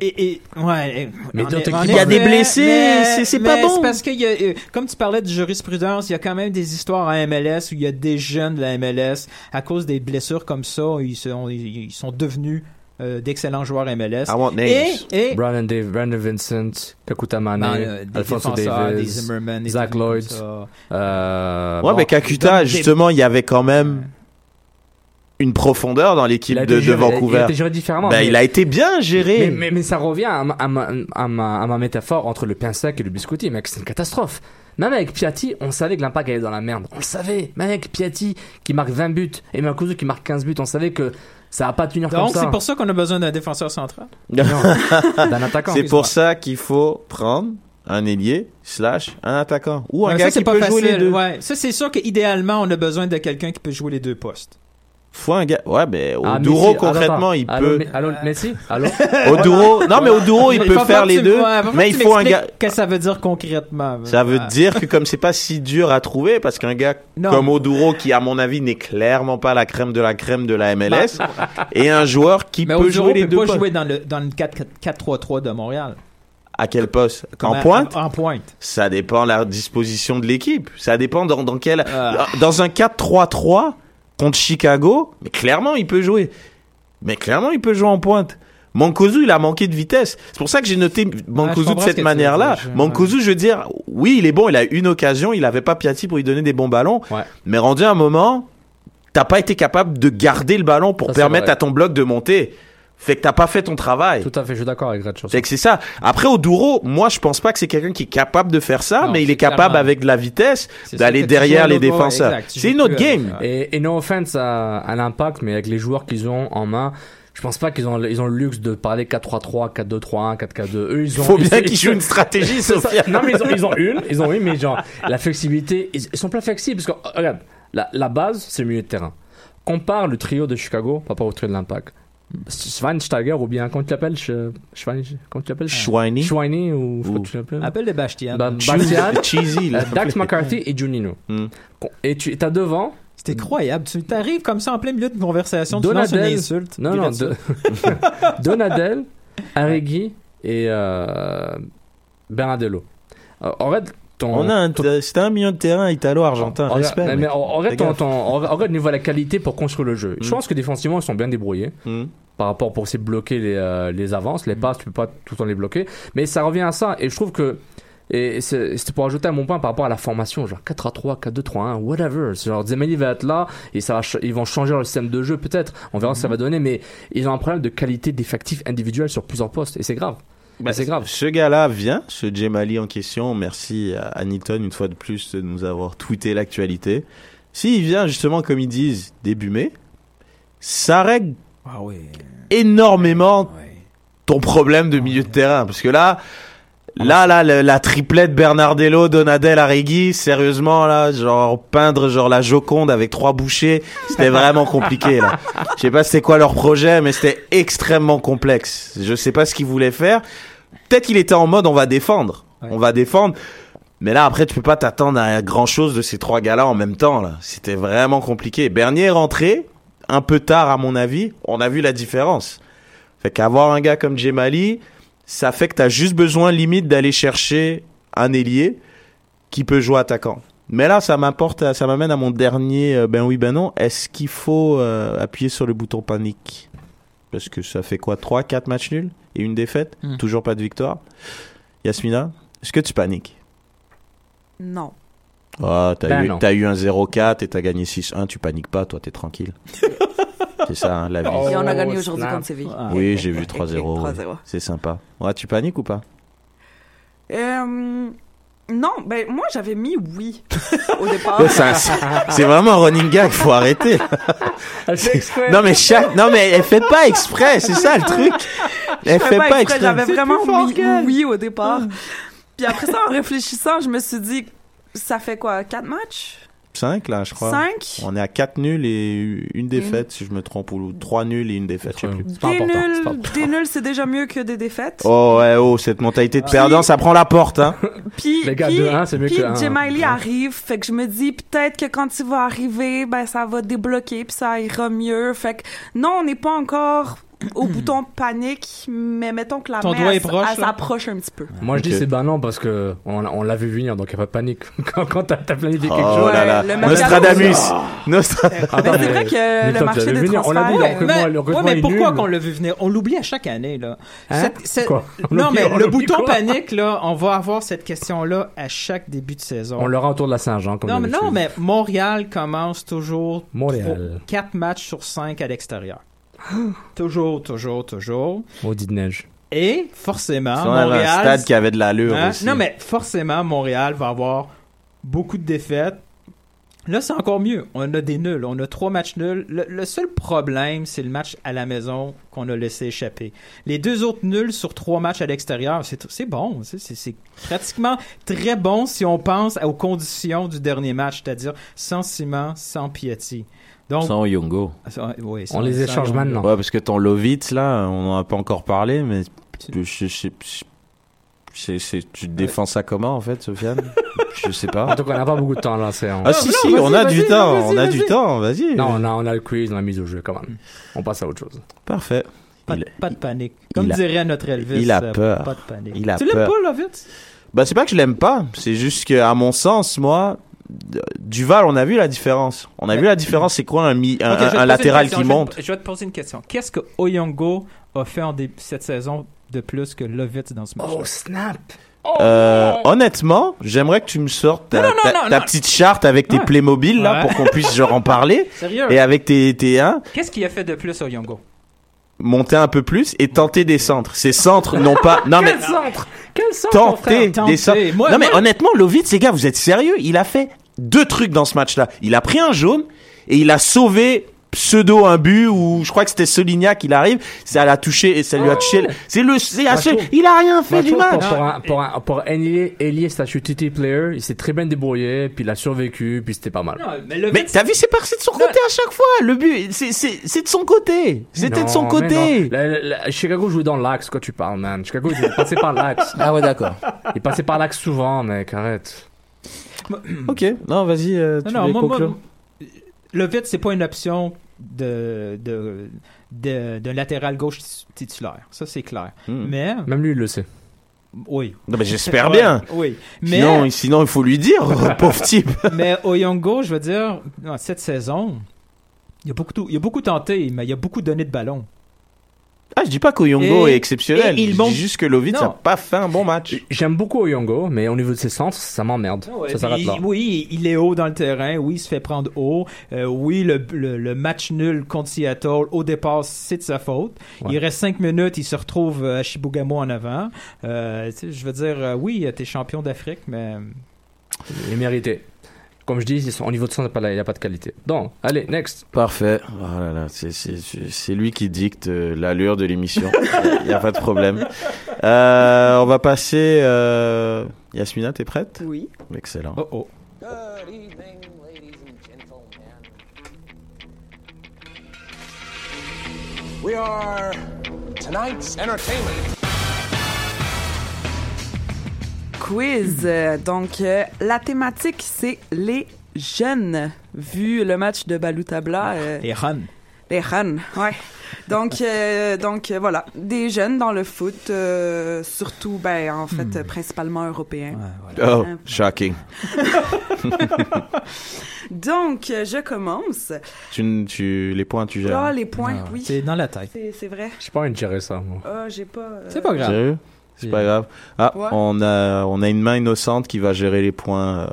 S9: et, et- ouais, et-
S10: Mais
S9: en-
S10: d'autres
S9: en
S10: équipes- Il y a des
S9: effet,
S10: blessés,
S9: mais-
S10: c'est- c'est
S9: mais
S10: pas bon.
S9: C'est parce que, il y a, euh, comme tu parlais de jurisprudence, il y a quand même des histoires à MLS où il y a des jeunes de la MLS, à cause des blessures comme ça, ils sont, ils sont devenus euh, d'excellents joueurs MLS.
S8: I
S10: Ah
S8: want names.
S9: Et, et
S8: Brandon, Dave, Brandon Vincent, Kakuta Mane,
S9: Ben, euh, des
S8: Alfonso
S9: défenseurs,
S8: Davis,
S9: des Zimmerman, des
S8: Zach
S9: trucs comme
S8: Lloyd.
S9: ça.
S8: euh,
S10: Ouais,
S8: bon,
S10: mais Kakuta,
S8: donc, des-
S10: justement, il y avait quand même une profondeur dans l'équipe
S8: Il a
S10: de,
S8: été
S10: de
S8: géré-
S10: Vancouver.
S8: il a été géré différemment,
S10: Ben,
S8: mais-
S10: il a été bien géré.
S8: Mais, mais- mais ça revient à ma, à ma- à ma- à ma métaphore entre le pain sec et le biscotti, mec, c'est une catastrophe. Même avec Piatti, on savait que l'impact allait dans la merde. On le savait. Même avec Piatti qui marque 20 buts et Mancuso qui marque 15 buts, on savait que ça va pas tenir comme
S9: donc
S8: ça.
S9: c'est pour ça qu'on a besoin d'un défenseur central.
S10: [LAUGHS]
S8: d'un attaquant,
S10: C'est pour
S8: excuse-moi.
S10: ça qu'il faut prendre un ailier slash un attaquant ou un
S9: Ouais,
S10: gars
S9: ça, c'est
S10: qui
S9: pas
S10: peut
S9: facile.
S10: jouer les deux.
S9: Ouais. Ça, c'est sûr qu'idéalement, on a besoin de quelqu'un qui peut jouer les deux postes.
S10: Faut un gars. Ouais, mais
S8: Ah,
S10: Oduro
S8: Messi.
S10: concrètement,
S8: Attends, Ah,
S10: il
S8: allô,
S10: peut.
S8: mais- allô, Messi Allô
S9: [LAUGHS]
S10: Oduro. Non, mais Oduro, il
S9: Mais
S10: peut
S9: faut
S10: faire
S9: que
S10: les
S9: tu-
S10: deux.
S9: ouais, faut que
S10: Mais il
S9: tu
S10: faut un
S9: m'expliques
S10: gars.
S9: Qu'est-ce que ça veut dire concrètement?
S10: Ça veut
S9: Ouais.
S10: dire que comme c'est pas si dur à trouver, parce qu'un gars
S9: Non.
S10: comme Oduro, qui à mon avis n'est clairement pas la crème de la crème de la MLS, et un joueur qui
S9: Bah. Mais
S10: peut
S9: Oduro
S10: jouer les
S9: peut
S10: deux
S9: pas
S10: postes.
S9: jouer dans le, dans le 4-3-3 de Montréal.
S10: À quel poste
S9: Comme
S10: En
S9: à-
S10: pointe
S9: En pointe.
S10: Ça dépend de la disposition de l'équipe. Ça dépend dans, dans quel.
S8: Ah.
S10: Dans un 4-3-3 contre Chicago, mais clairement, il peut jouer. Mais clairement, il peut jouer en pointe. Mankozu, il a manqué de vitesse. C'est pour ça que j'ai noté Mankozu de
S9: comprends ce que
S10: cette
S9: tu
S10: manière-là.
S9: veux dire, je-
S10: Mankozu, je veux dire, oui, il est bon, il a eu une occasion, il n'avait pas Piatti pour lui donner des bons ballons. Mais rendu à un moment, t'as pas été capable de garder le ballon pour
S8: Ça, c'est
S10: permettre
S8: vrai.
S10: à ton bloc de monter. Fait que t'as pas fait ton travail.
S8: Tout à fait, je suis d'accord avec Gretchen.
S10: Fait que c'est ça. Après, Oduro, moi, je pense pas que c'est quelqu'un qui est capable de faire ça,
S8: Non,
S10: mais il
S8: c'est
S10: est capable,
S8: clairement-
S10: avec de la vitesse,
S8: C'est sûr
S10: d'aller
S8: que tu joues
S10: derrière
S8: un
S10: les
S8: autre moment,
S10: défenseurs.
S8: exact, tu
S10: C'est
S8: joues
S10: une autre
S8: plus à-
S10: game.
S8: Et, et no offense à, à l'impact, mais avec les joueurs qu'ils ont en main, je pense pas qu'ils ont, le- ils ont le luxe de parler 4-3-3, 4-2-3-1, 4-4-2. Eux, ils ont.
S10: Faut bien
S8: ils-
S10: qu'ils
S8: ils- [LAUGHS]
S10: jouent une stratégie,
S8: C'est ça.
S10: Sophia.
S8: Non, mais ils ont, ils ont une, ils ont une, mais genre, la flexibilité, ils, ils sont plein flexibles. Parce que, regarde, la, la base, c'est le milieu de terrain. Compare le trio de Chicago par rapport au trio de l'impact. Schweinsteiger ou bien, comment tu l'appelles Sch- Schwein- Comment tu
S10: [LAUGHS]
S8: l'appelles
S10: Schweini.
S8: Schweini ou. comment tu l'appelles
S10: Ah,
S9: Appelle les Bastian.
S8: bah,
S10: [LAUGHS]
S8: Bastian, euh, Dax McCarthy et Juninho.
S10: Hmm.
S8: Con- Et tu as devant
S9: C'est incroyable. Tu t'arrives comme ça en plein milieu d'une conversation, tu lances
S8: Donadel.
S9: une insulte.
S8: Non,
S9: Puis
S8: non,
S9: là-dessus-
S8: [LAUGHS] de- Donadel, Arregui et euh, Bernardello. Euh, en vrai, ton.
S10: On a un, c'était un milieu de terrain italo-argentin.
S8: en vrai-
S10: Respect.
S8: Oh mais,
S10: mec.
S8: en- en vrai,
S10: Fais
S8: ton-
S10: gaffe. Hmm.
S8: ton- en vrai- en vrai, niveau de la qualité pour construire le jeu. Je pense que défensivement, ils sont bien débrouillés. Par rapport pour essayer de bloquer les, euh, les avances, les
S10: Hmm.
S8: passes, tu peux pas tout le temps les bloquer. Mais ça revient à ça. Et je trouve que. Et c'est- c'était pour ajouter à mon point par rapport à la formation, genre 4 à 3, 4 2 3 1, whatever. C'est Genre Zemeli va être là et ça va ch- ils vont changer leur système de jeu peut-être. On verra ce que
S10: Hmm.
S8: ça va donner, mais ils ont un problème de qualité d'effectif individuel sur plusieurs postes et c'est grave.
S10: Bah,
S8: c'est grave.
S10: Ce gars-là vient, ce Jemali en question. Merci à Aniton une fois de plus de nous avoir tweeté l'actualité. S'il vient justement, comme ils disent, début mai, ça règle
S9: Ah
S10: énormément ton problème de milieu de terrain. Parce que là, là, là, le- la triplette Bernardello, Donadel, Arrigui, sérieusement, là, genre, peindre genre la Joconde avec trois bouchées, c'était vraiment compliqué, là. Je sais pas c'était quoi leur projet, mais c'était extrêmement complexe. Je sais pas ce qu'ils voulaient faire. Peut-être qu'il était en mode, on va défendre. On va défendre. Mais là, après, tu peux pas t'attendre à grand chose de ces trois gars-là en même temps, là. C'était vraiment compliqué. Bernier est rentré, un peu tard, à mon avis. On a vu la différence. Fait qu'avoir un gars comme Jemali, ça fait que t'as juste besoin limite d'aller chercher un ailier qui peut jouer attaquant. Mais là, ça m'apporte, à- ça m'amène à mon dernier euh, ben oui, ben non. Est-ce qu'il faut euh, appuyer sur le bouton panique Parce que ça fait quoi 3, 4 matchs nuls et une défaite
S9: Hmm.
S10: Toujours pas de victoire. Yasmina, est-ce que tu paniques
S12: Non.
S10: Ah, t'as,
S12: Ben
S10: eu,
S12: non.
S10: t'as eu un 0-4 et t'as gagné 6-1, tu paniques pas, toi, t'es tranquille. C'est ça, hein, la vie.
S12: Et on a gagné
S9: Oh,
S12: aujourd'hui
S9: snap.
S12: contre Séville.
S10: Oui, j'ai vu 3-0. ouais.
S12: 3-0.
S10: C'est sympa. Ouais, tu paniques ou pas
S12: Euh, non, ben moi j'avais mis oui au départ.
S10: Ouais, Oh, c'est un- C'est vraiment un running gag, faut arrêter. non mais chaque, non mais elle fait pas exprès, c'est ça le truc. Elle
S12: Je
S10: fait pas
S12: exprès,
S10: exprès.
S12: J'avais vraiment oui, oui au départ. Puis après ça, en réfléchissant, je me suis dit, ça fait quoi, quatre matchs
S10: 5 là, je crois.
S12: Cinq.
S10: On est à 4 nuls et une défaite si je me trompe ou 3 nuls et une défaite, je sais plus.
S12: Des nuls, des nuls, c'est déjà mieux que des défaites.
S10: Oh ouais, oh, cette mentalité de perdant, ça prend la porte hein.
S12: Puis,
S10: Les gars,
S12: puis,
S10: deux, un, c'est mieux
S12: puis
S10: que un.
S12: Jemaili arrive, fait que je me dis peut-être que quand il va arriver, ben ça va débloquer puis ça ira mieux. Fait que non, on n'est pas encore au bouton panique, mais mettons que la
S8: Ton
S12: main,
S8: doigt
S12: elle
S8: est proche,
S12: s- elle
S8: là.
S12: s'approche un petit peu.
S8: Moi je dis
S10: Ok.
S8: c'est non parce que on, on l'a vu venir donc y a pas de panique quand, quand t'as, t'as planifié quelque
S10: Oh
S8: chose.
S10: là là.
S12: le
S10: Nostradamus.
S8: Ah.
S10: Nostradamus.
S8: Attends, mais- mais toi, tu l'as vu venir, On l'a dit, le recrutement-
S9: mais,
S8: le recrutement
S9: ouais, mais
S8: est
S9: pourquoi
S8: nul.
S9: qu'on l'a vu venir On l'oublie à chaque année là.
S8: Hein?
S9: Cette- cette-
S8: Quoi? On [LAUGHS]
S9: Non
S8: l'oublie-
S9: mais
S8: on
S9: le
S8: l'oublie
S9: bouton
S8: quoi?
S9: panique là, on va avoir cette question là à chaque début de saison.
S8: On l'aura autour de la Saint-Jean comme
S9: non, mais,
S8: d'habitude.
S9: non, mais Montréal commence toujours
S8: Montréal.
S9: 4 matchs sur 5 à l'extérieur. toujours, toujours, toujours.
S8: Maudit de neige.
S9: Et forcément,
S10: Si on avait
S9: Montréal.
S10: un stade qui avait de l'allure
S9: Hein?
S10: aussi.
S9: Non, mais forcément, Montréal va avoir beaucoup de défaites. Là, c'est encore mieux. On a des nuls. On a trois matchs nuls. Le, le seul problème, c'est le match à la maison qu'on a laissé échapper. Les deux autres nuls sur trois matchs à l'extérieur, c'est c'est bon. C'est- C'est c'est pratiquement très bon si on pense aux conditions du dernier match, c'est-à-dire sans ciment, sans Piatti. Donc,
S10: Sans Yongo.
S9: Ah, oui, sans- sans Yongo.
S10: Ouais, parce que ton Lovitz, là, on n'en a pas encore parlé, mais je- je- je- je- c'est- c'est- tu défends ça comment, en fait,
S9: [LAUGHS]
S10: Sofiane Je sais pas.
S8: En tout cas, on n'a pas beaucoup de temps là. C'est, on-
S10: Ah, si, si, on a du temps, on a du temps, vas-y.
S8: Non, on a, on a le quiz, on a mise au jeu, quand même. On passe à autre chose.
S10: Parfait.
S9: Pas, pas de panique. Comme
S10: il a-
S9: dirait notre Elvis.
S10: il a
S9: euh,
S10: peur.
S9: Pas de panique.
S10: Il a
S9: tu l'aimes
S10: peur.
S9: pas, Lovitz?
S10: Bah, c'est pas que je l'aime pas, c'est juste que, à mon sens, moi, D- Duval, on a vu la différence. On a vu la différence, c'est quoi un, mi-
S9: Ok, je vais
S10: un, un-
S9: te poser
S10: un
S9: une
S10: latéral
S9: question.
S10: qui
S9: Je vais te-
S10: monte
S9: Je vais te poser une question. Qu'est-ce que Oyongo a fait en dé- cette saison de plus que Lovitz dans ce match Oh,
S8: snap
S10: Euh, honnêtement, j'aimerais que tu me sortes ta,
S9: Non, non, non,
S10: ta-
S9: non,
S10: ta
S9: non.
S10: petite charte avec tes
S9: Ouais.
S10: Playmobil là
S9: Ouais.
S10: pour qu'on puisse genre
S9: [LAUGHS]
S10: en parler.
S9: Sérieux?
S10: Et avec tes tes hein,
S9: Qu'est-ce qu'il a fait de plus, Oyongo
S10: monter un peu plus et tenter des centres. Ces centres non
S9: [LAUGHS]
S10: pas non mais
S9: Quel centre Quel centre mon frère?
S10: tenter des centres.
S9: Moi,
S10: non mais
S9: moi-
S10: honnêtement, Lovitz, les gars, vous êtes sérieux Il a fait deux trucs dans ce match-là. Il a pris un jaune et il a sauvé pseudo un but ou je crois que c'était Solignac qui arrive, ça l'a touché et ça lui a touché. le- C'est le c'est la seule- il a rien fait du match.
S8: Pour, pour un, pour un, pour un ailier, ailier statut TT player, il s'est très bien débrouillé, puis il a survécu, puis c'était pas mal.
S9: mais
S10: t'as vu, c'est parti de son côté à chaque fois. Le but, c'est- c'est c'est de son côté. C'était de son
S8: Non,
S10: côté.
S8: mais non. La- la- la- Chicago jouait dans l'axe, quoi, tu parles, man. Chicago, il passait par l'axe.
S10: Ah ouais, d'accord.
S8: Il passait par l'axe souvent, mec, arrête.
S10: Ok, non, vas-y, euh, tu
S9: Non, non,
S10: veux
S9: moi, moi,
S10: conclure
S9: Lovitz, c'est pas une option de, de, de, de latéral gauche tit- titulaire. Ça, c'est clair.
S10: Hmm.
S9: Mais.
S8: Même lui, il le sait.
S9: Oui.
S10: Non, mais j'espère
S9: Ouais,
S10: bien.
S9: Oui. Mais.
S10: Sinon, sinon, il faut
S9: [LAUGHS]
S10: lui dire, pauvre type.
S9: mais Oyongo, je veux dire, non, cette saison, il a, beaucoup, tout- il a beaucoup tenté, mais il a beaucoup donné de ballon.
S10: Ah, je dis pas qu'Oyongo
S9: Et-
S10: est exceptionnel.
S9: et il
S10: il je
S9: monte-
S10: dis juste que Lovitz
S9: Non.
S10: a pas fait un bon match.
S8: J'aime beaucoup Oyongo, mais au niveau de ses centres, ça m'emmerde. ça s'arrête
S9: Il-
S8: là.
S9: Oui, il est haut dans le terrain. Oui, il se fait prendre haut. Euh, oui, le, le- le match nul contre Seattle, au départ, c'est de sa faute.
S8: Ouais.
S9: Il reste cinq minutes, il se retrouve euh, à Shibugamo en avant. Euh, tu sais, je veux dire, euh, oui, euh, t'es champion d'Afrique, mais...
S8: Il est mérité. Comme je dis, ils sont- au niveau de centre, il n'y a, pas de qualité. Donc, allez, next.
S10: Parfait. Oh là là, c'est- c'est- c'est c'est lui qui dicte euh, l'allure de [LAUGHS] l'émission. Il n'y a pas de problème. Euh, on va passer. euh, Yasmina, t'es prête
S12: Oui.
S10: Excellent.
S9: Oh oh.
S16: We are tonight's entertainment.
S12: Quiz. Euh, Donc, euh, la thématique, c'est les jeunes. Vu le match de Balutabla. euh,
S9: Et Ron.
S12: Les jeunes, ouais. Donc, euh, donc euh, voilà, des jeunes dans le foot, euh, surtout, ben, en fait, euh, principalement européens.
S10: Oh,
S12: Hein.
S10: shocking.
S12: Donc, euh, je commence.
S10: tu, tu- les points, tu gères.
S12: Ah, les points, oui.
S9: C'est dans la tête.
S12: C'est c'est vrai.
S8: J'ai pas envie de gérer ça, moi.
S12: Ah, j'ai pas. euh,
S10: Sérieux C'est pas grave. Ah,
S12: Ouais.
S10: on, a, on a une main innocente qui va gérer les points euh,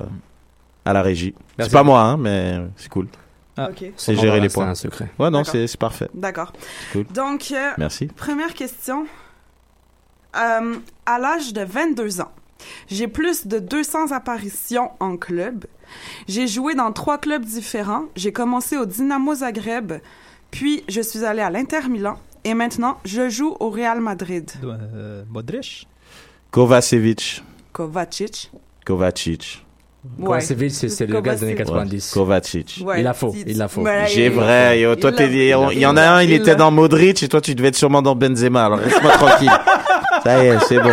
S10: à la régie. C'est
S8: Merci.
S10: pas moi, hein, mais c'est cool.
S12: Ah. Ok.
S10: C'est
S8: On
S10: gérer
S8: va
S10: les
S8: rester
S10: points.
S8: un secret.
S10: Ouais, non,
S12: D'accord.
S10: c'est c'est parfait.
S12: D'accord.
S10: Cool.
S12: Donc, euh,
S10: Merci.
S12: première question. Euh, à l'âge de 22 ans, j'ai plus de 200 apparitions en club. J'ai joué dans trois clubs différents. J'ai commencé au Dynamo Zagreb, puis je suis allé à l'Inter Milan et maintenant je joue au Real Madrid.
S9: Euh, Modric.
S10: Kovacevic.
S12: Kovacic.
S10: Kovacic.
S12: Ouais. Kovacevic,
S8: c'est- c'est le gars des années
S10: Ouais.
S8: 90.
S10: Kovacic.
S12: Ouais,
S8: Il la faut,
S12: dis-
S8: il la faut.
S12: voilà,
S10: J'ai
S12: il-
S10: vrai. yo,
S12: il
S10: toi,
S12: l'a-
S10: t'es-
S12: il
S10: on-
S12: l'a-
S10: il y en a un, il était
S12: l'a.
S10: dans Modric et toi, tu devais être sûrement dans Benzema. Alors, laisse-moi tranquille. Ça y est, c'est bon.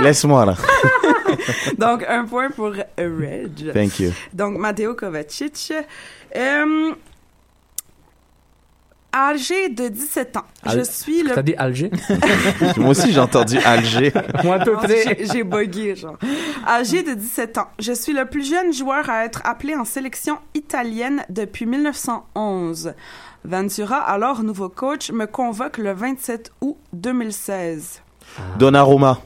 S10: Laisse-moi là.
S12: Donc, un point pour Reg.
S10: Thank you.
S12: Donc, Matteo Kovacic. Euh, âgé de 17 ans, je
S8: Al-
S12: suis le...
S8: T'as dit Alger
S10: Moi aussi, j'ai entendu Alger.
S8: Moi, à
S10: [LAUGHS]
S8: peu
S12: Non,
S8: près.
S12: Ah, j'ai- J'ai bugué, genre. Âgé de 17 ans, je suis le plus jeune joueur à être appelé en sélection italienne depuis 1911. Ventura, alors nouveau coach, me convoque le 27 août 2016.
S10: Donnarumma.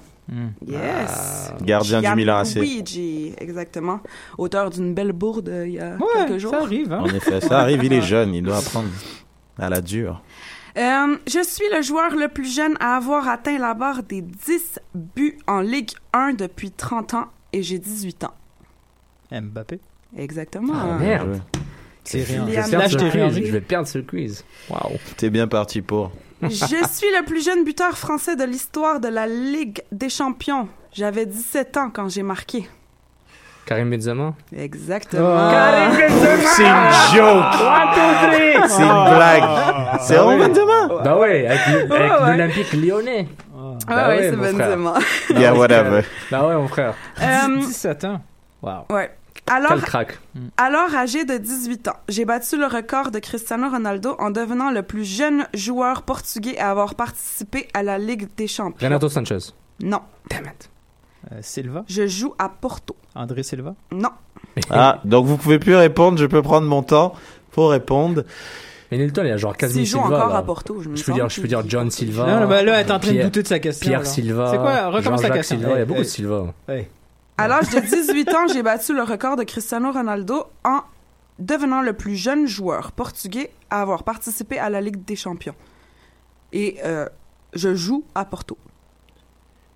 S12: Yes!
S10: Ah, Gardien du Milan AC.
S12: Luigi, exactement. Auteur d'une belle bourde euh, il y a quelques jours.
S9: ça arrive, hein.
S10: En effet, ça arrive, il est jeune, il doit apprendre à la dure.
S12: Euh, je suis le joueur le plus jeune à avoir atteint la barre des 10 buts en Ligue 1 depuis 30 ans et j'ai 18 ans.
S9: Mbappé.
S12: Exactement.
S8: Ah [LAUGHS] Merde.
S9: C'est rien.
S8: Je
S12: Liam
S8: vais perdre ce
S12: Neeson.
S8: quiz, Je vais perdre ce quiz. Waouh.
S10: T'es bien parti pour.
S12: Je suis le plus jeune buteur français de l'histoire de la Ligue des champions. J'avais 17 ans quand j'ai marqué.
S8: Karim Benzema
S12: Exactement. Ah
S8: Oh. Karim Benzema.
S10: C'est une joke.
S8: Ah.
S10: C'est une blague. C'est vraiment Benzema.
S8: Bah ouais, avec le-
S12: Ouais,
S8: avec
S12: ouais.
S8: l'Olympique lyonnais.
S12: Ah ouais, c'est
S8: mon frère. [LAUGHS]
S12: Benzema.
S8: Bah
S10: Yeah,
S8: ouais,
S10: whatever.
S8: frère. Bah ouais, mon frère.
S12: Euh,
S9: 17 ans. Wow.
S12: ouais. Alors,
S8: Quel crack.
S12: alors âgé de 18 ans, j'ai battu le record de Cristiano Ronaldo en devenant le plus jeune joueur portugais à avoir participé à la Ligue des Champions.
S8: Renato Sanchez.
S12: Non.
S9: Euh, Silva.
S12: Je joue à Porto.
S9: André Silva.
S12: Non.
S10: Ah, donc vous pouvez plus répondre, je peux prendre mon temps pour répondre.
S8: Mais Nilton, il y a genre 15
S12: S'il joue
S8: Silva.
S12: encore
S8: là.
S12: à Porto, je me
S8: peux
S12: semble
S8: dire, je peux dire John Silva.
S9: Non, non, bah là, elle est en train de
S8: Ah, Pierre-
S9: douter de sa question,
S8: Pierre
S9: là.
S8: Silva.
S9: C'est quoi? Recommence la
S8: Jean-Jacques
S9: question.
S8: Silva, il y a
S9: Hey,
S8: beaucoup
S9: hey.
S8: de Silva.
S12: À l'âge de 18 ans, j'ai battu le record de Cristiano Ronaldo en devenant le plus jeune joueur portugais à avoir participé à la Ligue des Champions. Et euh, je joue à Porto.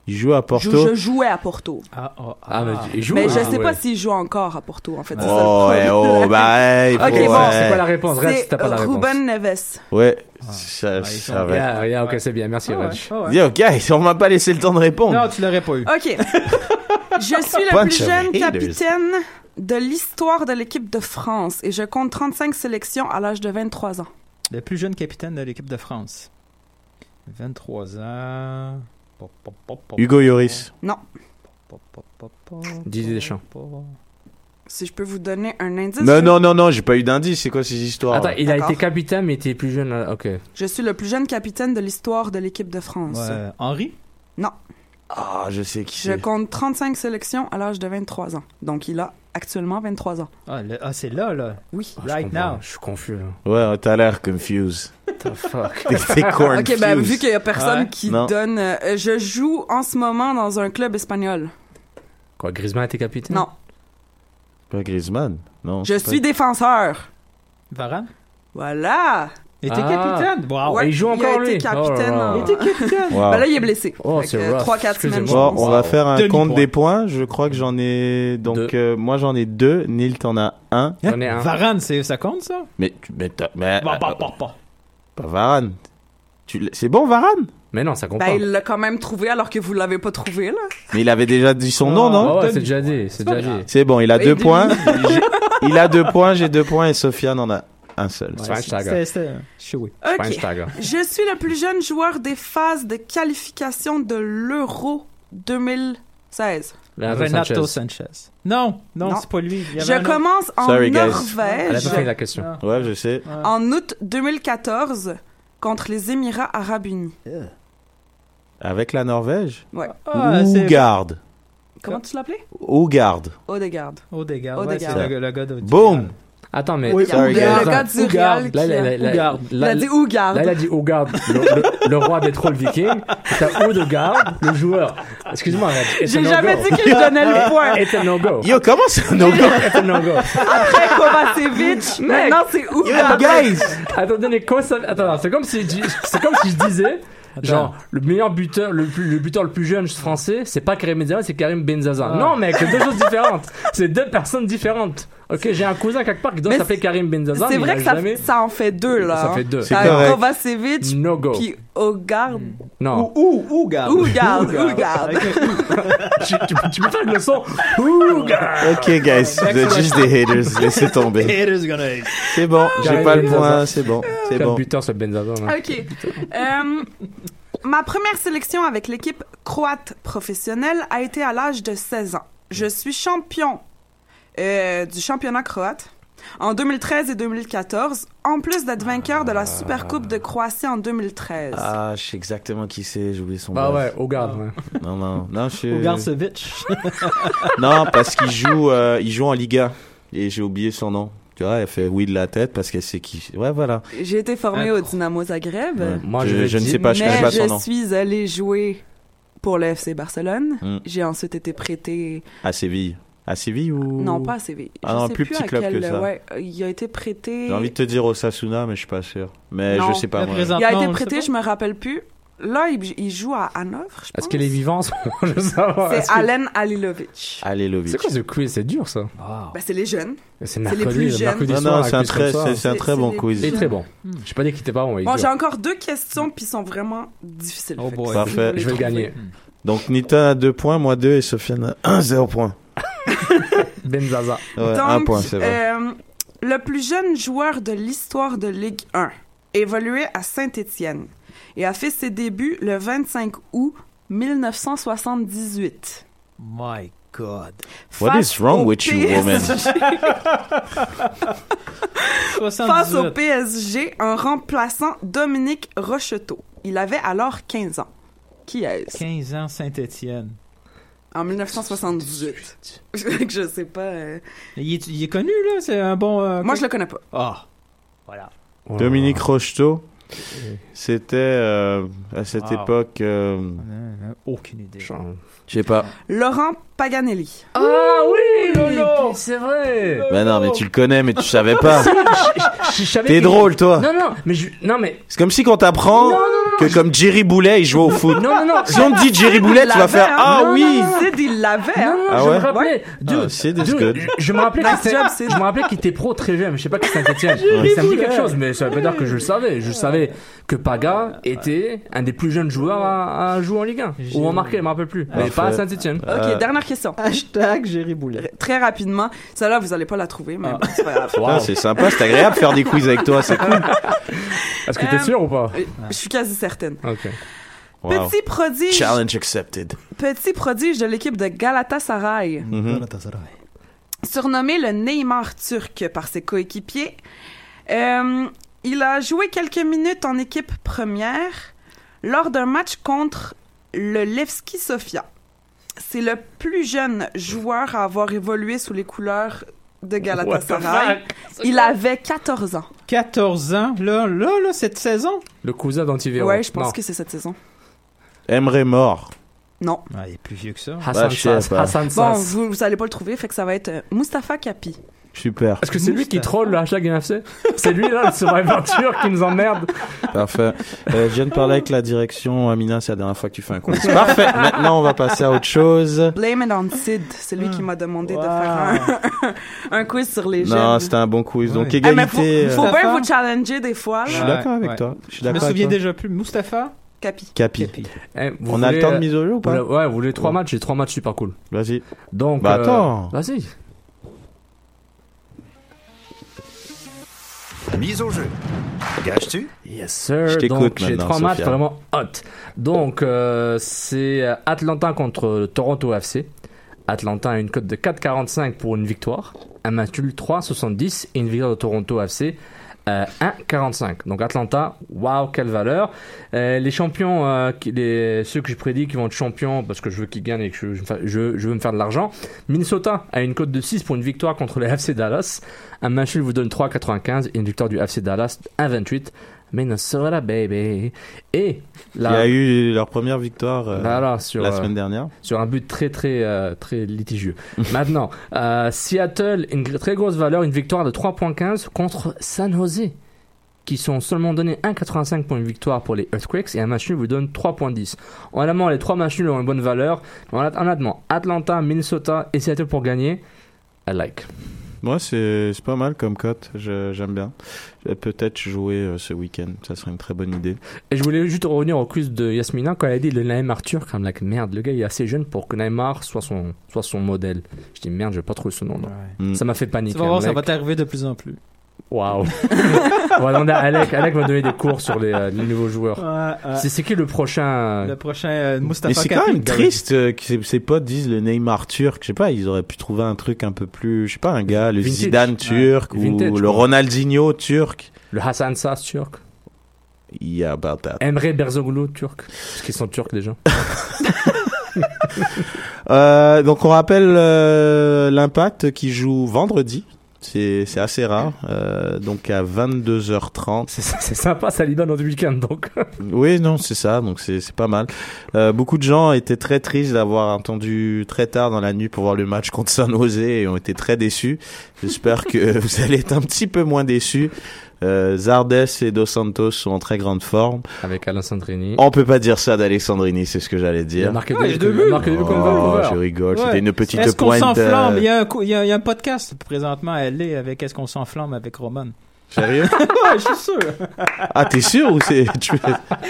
S10: Il joue à
S12: Je,
S10: Porto.
S12: je jouais à Porto.
S9: oh,
S8: Ah, mais il joue.
S12: Mais
S8: hein,
S12: je sais
S8: ouais.
S12: pas s'il joue encore à Porto, en fait. c'est
S10: Oh,
S12: ça le
S10: ouais,
S12: problème.
S10: oh, bah, hey,
S8: Ah,
S10: faut-
S12: Ok, bon,
S10: ouais.
S8: c'est quoi la réponse? Red, si
S12: C'est euh,
S8: t'as pas la réponse.
S12: Ruben Neves.
S10: Ouais, ça, ça va.
S8: Yeah, yeah, ok, c'est bien, merci,
S12: Ah,
S8: Reg.
S10: Yo, guys, [LAUGHS] on m'a pas laissé le temps de répondre.
S9: Ah Non, tu l'aurais pas
S8: [LAUGHS]
S9: eu.
S12: OK. je suis le
S10: Bunch
S12: plus
S10: of
S12: jeune
S10: haters.
S12: capitaine de l'histoire de l'équipe de France et je compte 35 sélections à l'âge de 23 ans.
S9: Le plus jeune capitaine de l'équipe de France. 23 ans. Pop, pop, pop, pop.
S10: Hugo Yoris.
S12: Non.
S8: Didier Deschamps.
S12: Si je peux vous donner un indice.
S10: Non,
S12: je-
S10: non, non, non, j'ai pas eu d'indice. C'est quoi ces
S9: Oh.
S10: histoires
S8: Attends, il a
S12: D'accord.
S8: été capitaine, mais il était plus jeune. là, Ok. Ah,
S12: Je suis le plus jeune capitaine de l'histoire de l'équipe de France.
S9: Henri
S12: Non.
S10: Ah, je sais qui
S12: Je
S10: c'est.
S12: compte 35 sélections à l'âge de 23 ans. Donc, il a actuellement 23 ans.
S9: Ah, le- ah, c'est là, là.
S12: Oui.
S9: right now.
S8: Je suis confus, là.
S10: Ouais, t'as l'air confused.
S9: [LAUGHS]
S8: The fuck.
S10: T'es corn.
S12: Ok, ben, vu qu'il y a personne
S10: Ouais.
S12: qui
S10: Non.
S12: donne. euh, je joue en ce moment dans un club espagnol.
S8: Quoi, Griezmann a été capitaine
S12: Non.
S10: Pas Griezmann. Non.
S12: Je
S10: c'est pas-
S12: suis défenseur.
S9: Varane
S12: Voilà.
S9: Il
S8: Ah.
S9: était capitaine. Wow.
S12: Ouais,
S9: Ah, il joue
S12: a
S9: encore
S12: été
S9: lui.
S12: capitaine.
S10: Oh là
S12: en-
S10: là.
S12: Il était capitaine.
S10: Wow.
S12: Ben là, il est blessé.
S8: Oh,
S12: Fait
S8: c'est
S12: que,
S8: rough.
S12: 3-4 semaines, je
S10: Bon,
S12: pense.
S10: on va faire un compte
S9: Demi-point.
S10: des points. Je crois que j'en ai. Donc, euh, moi, j'en ai deux. Neil, t'en as un.
S8: [LAUGHS] J'en ai un. Euh,
S9: Varane, c'est- ça compte, ça
S10: Mais, tu- mais, t'as- mais
S9: Bah, bah,
S10: euh,
S9: bah, bah.
S10: pas Varane. Tu l'as- C'est bon, Varane
S8: Mais non, ça compte
S12: Ben,
S8: pas.
S12: il l'a quand même trouvé alors que vous l'avez pas trouvé, là.
S10: Mais il avait déjà dit son nom, Oh non
S8: Ah ouais, c'est déjà dit, c'est déjà dit.
S10: C'est bon, il a
S12: Oui,
S10: deux
S12: dis-
S10: points. J'ai- il a deux points, j'ai deux points et Sofiane en a un seul.
S9: C'était- c'était- Choué.
S8: Ben,
S12: Ok. [LAUGHS] Je suis le plus jeune joueur des phases de qualification de l'Euro 2016.
S9: Renato Sanchez. Non, non,
S12: Non.
S9: c'est pas lui. Il y avait un
S12: Je
S9: autre.
S12: commence en
S10: Sorry, guys.
S12: Norvège Ah.
S8: question.
S10: Ouais, je sais.
S8: Ah.
S12: en août 2014 contre les Émirats arabes unis.
S10: Avec la Norvège
S12: Ouais.
S9: Ah, c'est-
S10: Ougarde.
S12: Comment tu l'appelais
S10: Ougarde.
S12: Odegaard.
S9: Odegaard, ouais,
S12: Odegaard.
S9: c'est le, le gars de...
S10: Boom!
S8: Attends, mais. Euh,
S9: Oui,
S10: Sorry,
S9: le
S10: guys.
S12: Le gars du Real qui
S8: Là,
S12: a-
S8: là, là, là,
S9: Ougarde.
S8: là,
S12: Il a dit Ougarde.
S8: Là, il a dit Ougarde, le, le- le roi des trolls vikings. T'as Ougarde, le joueur. Excuse-moi, Reg, it's a
S12: J'ai
S8: no
S12: jamais
S8: go.
S12: dit que je donnais
S8: [LAUGHS]
S12: le point.
S8: It's a no-go.
S10: Yo, comment c'est un
S8: [LAUGHS]
S10: no-go?
S8: It's
S12: [LAUGHS]
S8: a no-go.
S12: Après Kovacevic, maintenant c'est Odegaard.
S10: guys!
S8: Attends, donnez quoi ça- Attends, c'est comme si, je dis- c'est comme si je disais, genre, le meilleur buteur, le, plus, le buteur le plus jeune français, c'est pas Karim Benzema, c'est Karim Benzaza. Non, mec, c'est deux choses différentes. C'est deux personnes différentes. Ok, j'ai un cousin quelque part qui doit
S12: Mais
S8: s'appeler Karim Benzaza.
S12: C'est
S8: mais
S12: vrai
S8: il
S12: que
S8: a
S12: ça,
S8: jamais...
S12: ça en fait deux, là.
S8: Ça
S12: hein.
S8: fait deux.
S10: C'est
S12: T'as
S10: correct.
S12: Kovacevic,
S8: No go.
S12: puis Odegaard.
S8: Non.
S9: Ou, Ah. ou, Ougarde.
S12: Ougarde,
S9: Ougarde.
S12: Ougarde.
S9: Avec un U.
S8: Ah, tu, tu, tu peux faire le son. Ougarde.
S10: Ok, guys, vous êtes juste des haters, laissez tomber.
S9: It is gonna hate.
S10: C'est bon, j'ai pas le point, c'est bon, c'est
S8: Quel
S10: bon.
S8: buteur ce hein. Benzaza,
S12: [LAUGHS]
S8: là.
S12: Ok. Euh, ma première sélection avec l'équipe croate professionnelle a été à l'âge de 16 ans. Je suis champion euh, du championnat croate en 2013 et 2014, en plus d'être vainqueur de la Supercoupe de Croatie en 2013.
S10: Ah, je sais exactement qui c'est, j'ai oublié son
S8: Bah
S10: nom.
S8: ouais, Ougarde. ouais.
S10: Non, non, non, je suis.
S9: Ougarcevic.
S10: Non, parce qu'il joue, euh, il joue en Liga et j'ai oublié son nom. Tu vois, elle fait oui de la tête parce qu'elle sait qui. Ouais, voilà.
S12: J'ai été formé au Dynamo Zagreb,
S8: Moi,
S10: Euh, je,
S8: je vais
S10: je ne
S8: dire-
S10: sais pas, je connais
S12: mais
S10: pas son
S12: je
S10: nom.
S12: suis allé jouer pour le FC Barcelone.
S10: Mm.
S12: J'ai ensuite été prêté
S10: À Séville. À Séville ou
S12: Non, pas à CV.
S10: Ah
S12: je
S10: non,
S12: sais
S10: plus
S12: plus
S10: petit
S12: à
S10: club
S12: quel-
S10: que ça.
S12: ouais, euh, il a été prêté.
S10: J'ai envie de te dire Osasuna, mais je suis pas sûr. Mais
S12: Non.
S10: je sais
S9: [LAUGHS]
S10: pas.
S9: La
S10: Moi.
S9: présente-
S12: Il a
S9: Non,
S12: été
S9: je
S12: prêté,
S9: sais
S12: je me rappelle plus. Là, il, il joue à Hanovre, je pense.
S8: Est-ce qu'elle est vivante [LAUGHS] Je veux savoir.
S12: C'est
S8: Est-ce que-
S12: Allen Alilovic.
S10: Allez, Lovic.
S8: C'est quoi ce quiz C'est dur, ça.
S10: Ah.
S12: Ben, c'est les jeunes.
S8: C'est
S12: les plus
S8: mercredi,
S12: jeunes.
S8: mercredi
S10: Non,
S8: soir.
S10: non, c'est un
S8: quiz comme
S10: très,
S8: ça. hein
S10: c'est- c'est un
S12: C'est-
S10: très
S12: c'est
S10: bon
S12: les-
S8: Il est
S10: quiz.
S8: très bon. Je sais pas dit qu'il était pas bon. il est
S12: Bon,
S8: dur.
S12: j'ai encore deux questions, puis ils sont vraiment difficiles.
S9: Oh
S12: Fait que
S9: boy.
S12: si vous
S10: Parfait.
S12: voulez
S8: Je vais le
S12: trouver-
S8: gagner.
S10: Donc Nita a 2 points, moi 2 et Sofiane a 1, 0 point.
S8: Benzaza.
S10: Ouais,
S12: Donc,
S10: 1 point, c'est vrai.
S12: euh, le plus jeune joueur de l'histoire de Ligue 1 évoluait à Saint-Étienne et a fait ses débuts le 25 août 1978.
S9: My God.
S10: What
S12: Face
S10: is wrong
S12: au
S10: with you, woman?
S12: PSG. Face au PSG en remplaçant Dominique Rocheteau. Il avait alors 15 ans. Qui est-ce
S9: 15 ans, Saint-Étienne.
S12: En 1978. [LAUGHS] je sais pas. euh.
S9: Il est, il est connu, là. C'est un bon. euh,
S12: Moi, je le connais pas.
S9: Ah. Voilà.
S10: Dominique Rocheteau, c'était euh, à cette
S9: Wow.
S10: époque, euh,
S9: Aucune
S8: Oh,
S9: idée.
S10: je sais pas.
S12: Laurent Paganelli.
S8: Ah oui, Lolo, c'est vrai.
S10: Ben non, mais tu le connais, mais tu savais pas.
S8: Si, je- je- je savais
S10: T'es
S8: qu'il-
S10: drôle, toi.
S8: Non, non, mais je- non, mais
S10: C'est comme si qu'on t'apprend que comme Jerry Boulet, il jouait au foot.
S8: Non, non, non.
S10: Si on te dit Jerry Boulet, tu vas faire Ah
S12: hein?
S10: oui.
S12: Sid, il l'avait. hein.
S10: [LAUGHS] Ah
S8: je
S10: ouais?
S8: me rappelais. Dude,
S10: Ah, Sid is
S8: dude,
S10: good.
S8: je- je me rappelais
S12: Nice
S8: que c'était-
S12: job, Sid.
S8: je me rappelais qu'il était pro très jeune. Je sais pas que c'est Saint-Etienne. ça me dit quelque chose, mais ça veut pas dire que je le savais. Je savais que Paga était un des plus jeunes joueurs à, à jouer en Ligue 1 ou en marqué, je me rappelle plus. Mais
S10: Parfait.
S8: pas à Saint-Etienne.
S10: Euh.
S12: Ok, dernière question.
S9: Ah, Hashtag Jerry Boulet.
S12: Très rapidement. Celle-là, vous allez pas la trouver, mais bon, c'est pas grave.
S10: Putain, c'est sympa, c'est agréable de faire des quiz avec toi, c'est cool.
S8: Est-ce que t'es
S12: Euh,
S8: sûr ou pas
S12: [LAUGHS] Je suis quasi certaine.
S8: Ok.
S10: Wow.
S12: Petit prodige.
S10: Challenge accepted.
S12: Petit prodige de l'équipe de Galatasaray.
S10: Mhm.
S12: Surnommé le Neymar turc par ses coéquipiers, euh, il a joué quelques minutes en équipe première lors d'un match contre le Levski Sofia. C'est le plus jeune joueur à avoir évolué sous les couleurs de Galatasaray. Il avait 14 ans.
S9: 14 ans, là, là, là, cette saison.
S8: Le cousin d'Antivero.
S12: Ouais, je pense
S8: oh, Non.
S12: que c'est cette saison.
S10: Aimerait mort.
S12: Non.
S9: Ah, il est plus vieux que ça.
S8: Hassan
S10: Bah, je sais
S8: Sass,
S10: pas.
S8: Hassan
S12: Bon,
S8: Sass.
S12: vous, vous allez pas le trouver, fait que ça va être euh, Mustapha Kapi.
S10: Super.
S8: Est-ce que c'est lui qui troll le hashtag NFC C'est lui là, le Survivor Turc qui nous emmerde.
S10: Parfait. Euh, je viens de parler avec la direction. Amina, c'est la dernière fois que tu fais un quiz. Parfait. Maintenant, on va passer à autre chose.
S12: Blame it on Sid. C'est lui qui m'a demandé de faire un, [LAUGHS] un quiz sur les jeunes.
S10: Non, c'était un bon quiz. Donc,
S12: Eh, mais faut,
S10: égalité.
S12: faut
S10: euh,
S12: bien vous challenger des fois.
S10: Je
S12: Là.
S10: suis d'accord
S9: Ouais,
S10: avec
S9: ouais.
S10: toi. Je suis
S9: Je me
S10: d'accord avec
S9: souviens
S10: toi.
S9: déjà plus. Mustapha
S12: Capi.
S10: Capi.
S8: Eh, vous
S10: On a le
S8: voulez,
S10: temps de
S8: euh,
S10: mise au jeu ou pas
S8: vous voulez- Ouais, vous voulez trois matchs, j'ai trois matchs super cool.
S10: Vas-y.
S8: Donc,
S10: Bah,
S8: euh,
S10: attends.
S8: Vas-y.
S16: Mise au jeu. Gages-tu
S8: Yes, sir.
S10: Je t'écoute
S8: Donc, j'ai
S10: maintenant,
S8: trois matchs
S10: Sophia.
S8: vraiment hot. Donc, euh, c'est euh, Atlanta contre le Toronto FC. Atlanta a une cote de 4,45 pour une victoire. Un match nul 3,70 et une victoire de Toronto FC. euh, 1,45. Donc Atlanta, waouh, quelle valeur. Euh, les champions, euh, qui- les- ceux que je prédis qui vont être champions parce que je veux qu'ils gagnent et que je, je, me fa- je- je veux me faire de l'argent. Minnesota a une cote de 6 pour une victoire contre le FC Dallas. Un match nul vous donne 3,95 et une victoire du FC Dallas 1,28. Minnesota, baby. Et
S10: Il y
S8: la,
S10: a eu leur première victoire euh,
S8: Voilà, sur,
S10: la
S8: euh,
S10: semaine dernière.
S8: sur un but très très euh,
S10: [LAUGHS]
S8: très litigieux. Maintenant, euh, Seattle, une gr- très grosse valeur, une victoire de 3.15 contre San Jose, qui sont seulement donnés 1,85 pour une victoire pour les Earthquakes et un match nul vous donne 3.10. En allemand, les trois matchs nuls ont une bonne valeur. En at- en allemand, Atlanta, Minnesota et Seattle pour gagner. I like.
S10: Moi, c'est c'est pas mal comme cote. Je- J'aime bien. Je vais Peut-être jouer euh, ce week-end. Ça serait une très bonne idée.
S8: Et je voulais juste revenir au quiz de Yasmina quand elle a dit le Neymar turc. comme like merde, le gars il est assez jeune pour que Neymar soit son soit son modèle. Je dis merde, je vais pas trouver ce nom. là.
S10: Mm.
S8: Ça m'a fait paniquer.
S9: Tu vas voir,
S8: I'm
S9: ça
S8: like,
S9: va t'arriver de plus en plus. [LAUGHS]
S8: Waouh. On va demander à Alec. Alec va donner des cours sur les, euh, les nouveaux joueurs.
S9: Ouais, ouais.
S8: C'est c'est qui le prochain euh,
S9: Le prochain euh,
S10: Mais
S9: Mustapha
S10: c'est
S9: Capi.
S10: quand même triste euh, que ses, ses potes disent le Neymar turc. Je sais pas, ils auraient pu trouver un truc un peu plus. Je sais pas, un gars, le
S8: Vintage.
S10: Zidane turc ou
S8: Vintage,
S10: le
S8: quoi.
S10: Ronaldinho turc.
S8: Le Hassan Sass turc
S10: Yeah, about that.
S8: Emre Berzoglu turc Parce qu'ils sont turcs déjà.
S10: Euh, donc on rappelle euh, l'impact qui joue vendredi. C'est c'est assez rare. Euh, donc à 22h30.
S8: [LAUGHS] C'est- C'est c'est sympa, ça Liban dans le week-end donc.
S10: Oui, non, c'est ça, donc c'est c'est pas mal. Euh, beaucoup de gens étaient très tristes d'avoir entendu très tard dans la nuit pour voir le match contre San Jose et ont été très déçus. J'espère que [LAUGHS] vous allez être un petit peu moins déçus. Euh, Zardes et Dos Santos sont en très grande forme.
S8: Avec Alain Sandrini.
S10: On peut pas dire ça d'Alessandrini, c'est ce que j'allais
S8: Il a
S10: dire.
S8: marqué
S9: Ouais, deux
S8: deux, il a
S9: buts.
S8: marqué deux buts contre
S10: Oh,
S8: Vancouver.
S10: je rigole,
S9: Ouais.
S10: c'était une petite
S9: Est-ce qu'on
S10: pointe. euh,
S9: s'enflamme? Il, y a un co- il y a- il y a un podcast présentement, elle est avec Est-ce qu'on s'enflamme avec Roman?
S10: Sérieux
S9: ouais, je suis sûr.
S10: Ah, t'es sûr ou c'est [LAUGHS] tu-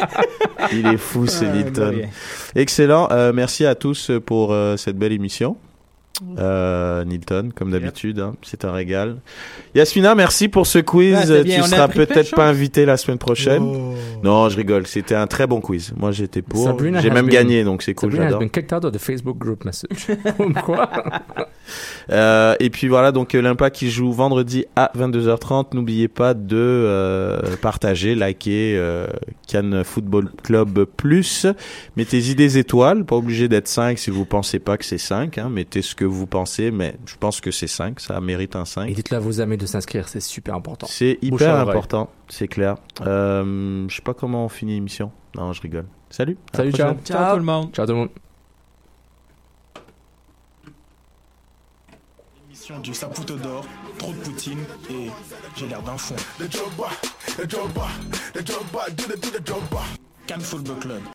S9: [LAUGHS]
S10: Il est fou ce
S9: Ah,
S10: Litton.
S9: mais-
S10: euh, Excellent. Euh, merci à tous pour euh, cette belle émission. Euh, Nilton, comme d'habitude, hein, c'est un régal. Yasmina, merci pour ce quiz.
S9: Ouais, c'est bien,
S10: tu
S9: on a
S10: seras
S9: appris plein de Oh.
S10: peut-être pas
S9: choses.
S10: invité la semaine prochaine. Non, je rigole. C'était un très bon quiz. Moi, j'étais pour.
S8: Sabrina
S10: J'ai
S8: has
S10: même
S8: been-
S10: gagné, donc c'est cool.
S8: Sabrina has
S10: J'adore.
S8: been kicked out of the Facebook group [LAUGHS] message.
S10: Euh, et puis voilà, donc euh, l'Impact qui joue vendredi à 22h30. N'oubliez pas de euh, partager, liker euh, Cannes Football Club Plus. Mettez-y des étoiles, pas obligé d'être 5 si vous pensez pas que c'est 5. Hein. Mettez ce que vous pensez, mais je pense que c'est 5, ça mérite un 5.
S8: Et dites-le à vos amis de s'inscrire, c'est super important.
S10: C'est
S8: Bouche à
S10: hyper
S8: l'oreille.
S10: important, c'est clair. Euh, je sais pas comment on finit l'émission. Non, je rigole. Salut. à la
S8: Salut, ciao.
S10: prochaine.
S9: Ciao tout le monde.
S8: Ciao tout le monde.
S11: Émission du Saputo d'or, trop de poutine et j'ai l'air d'un fond.
S17: The Drogba, the Drogba, the Drogba, do the do the Drogba.
S11: Cannes Football Club.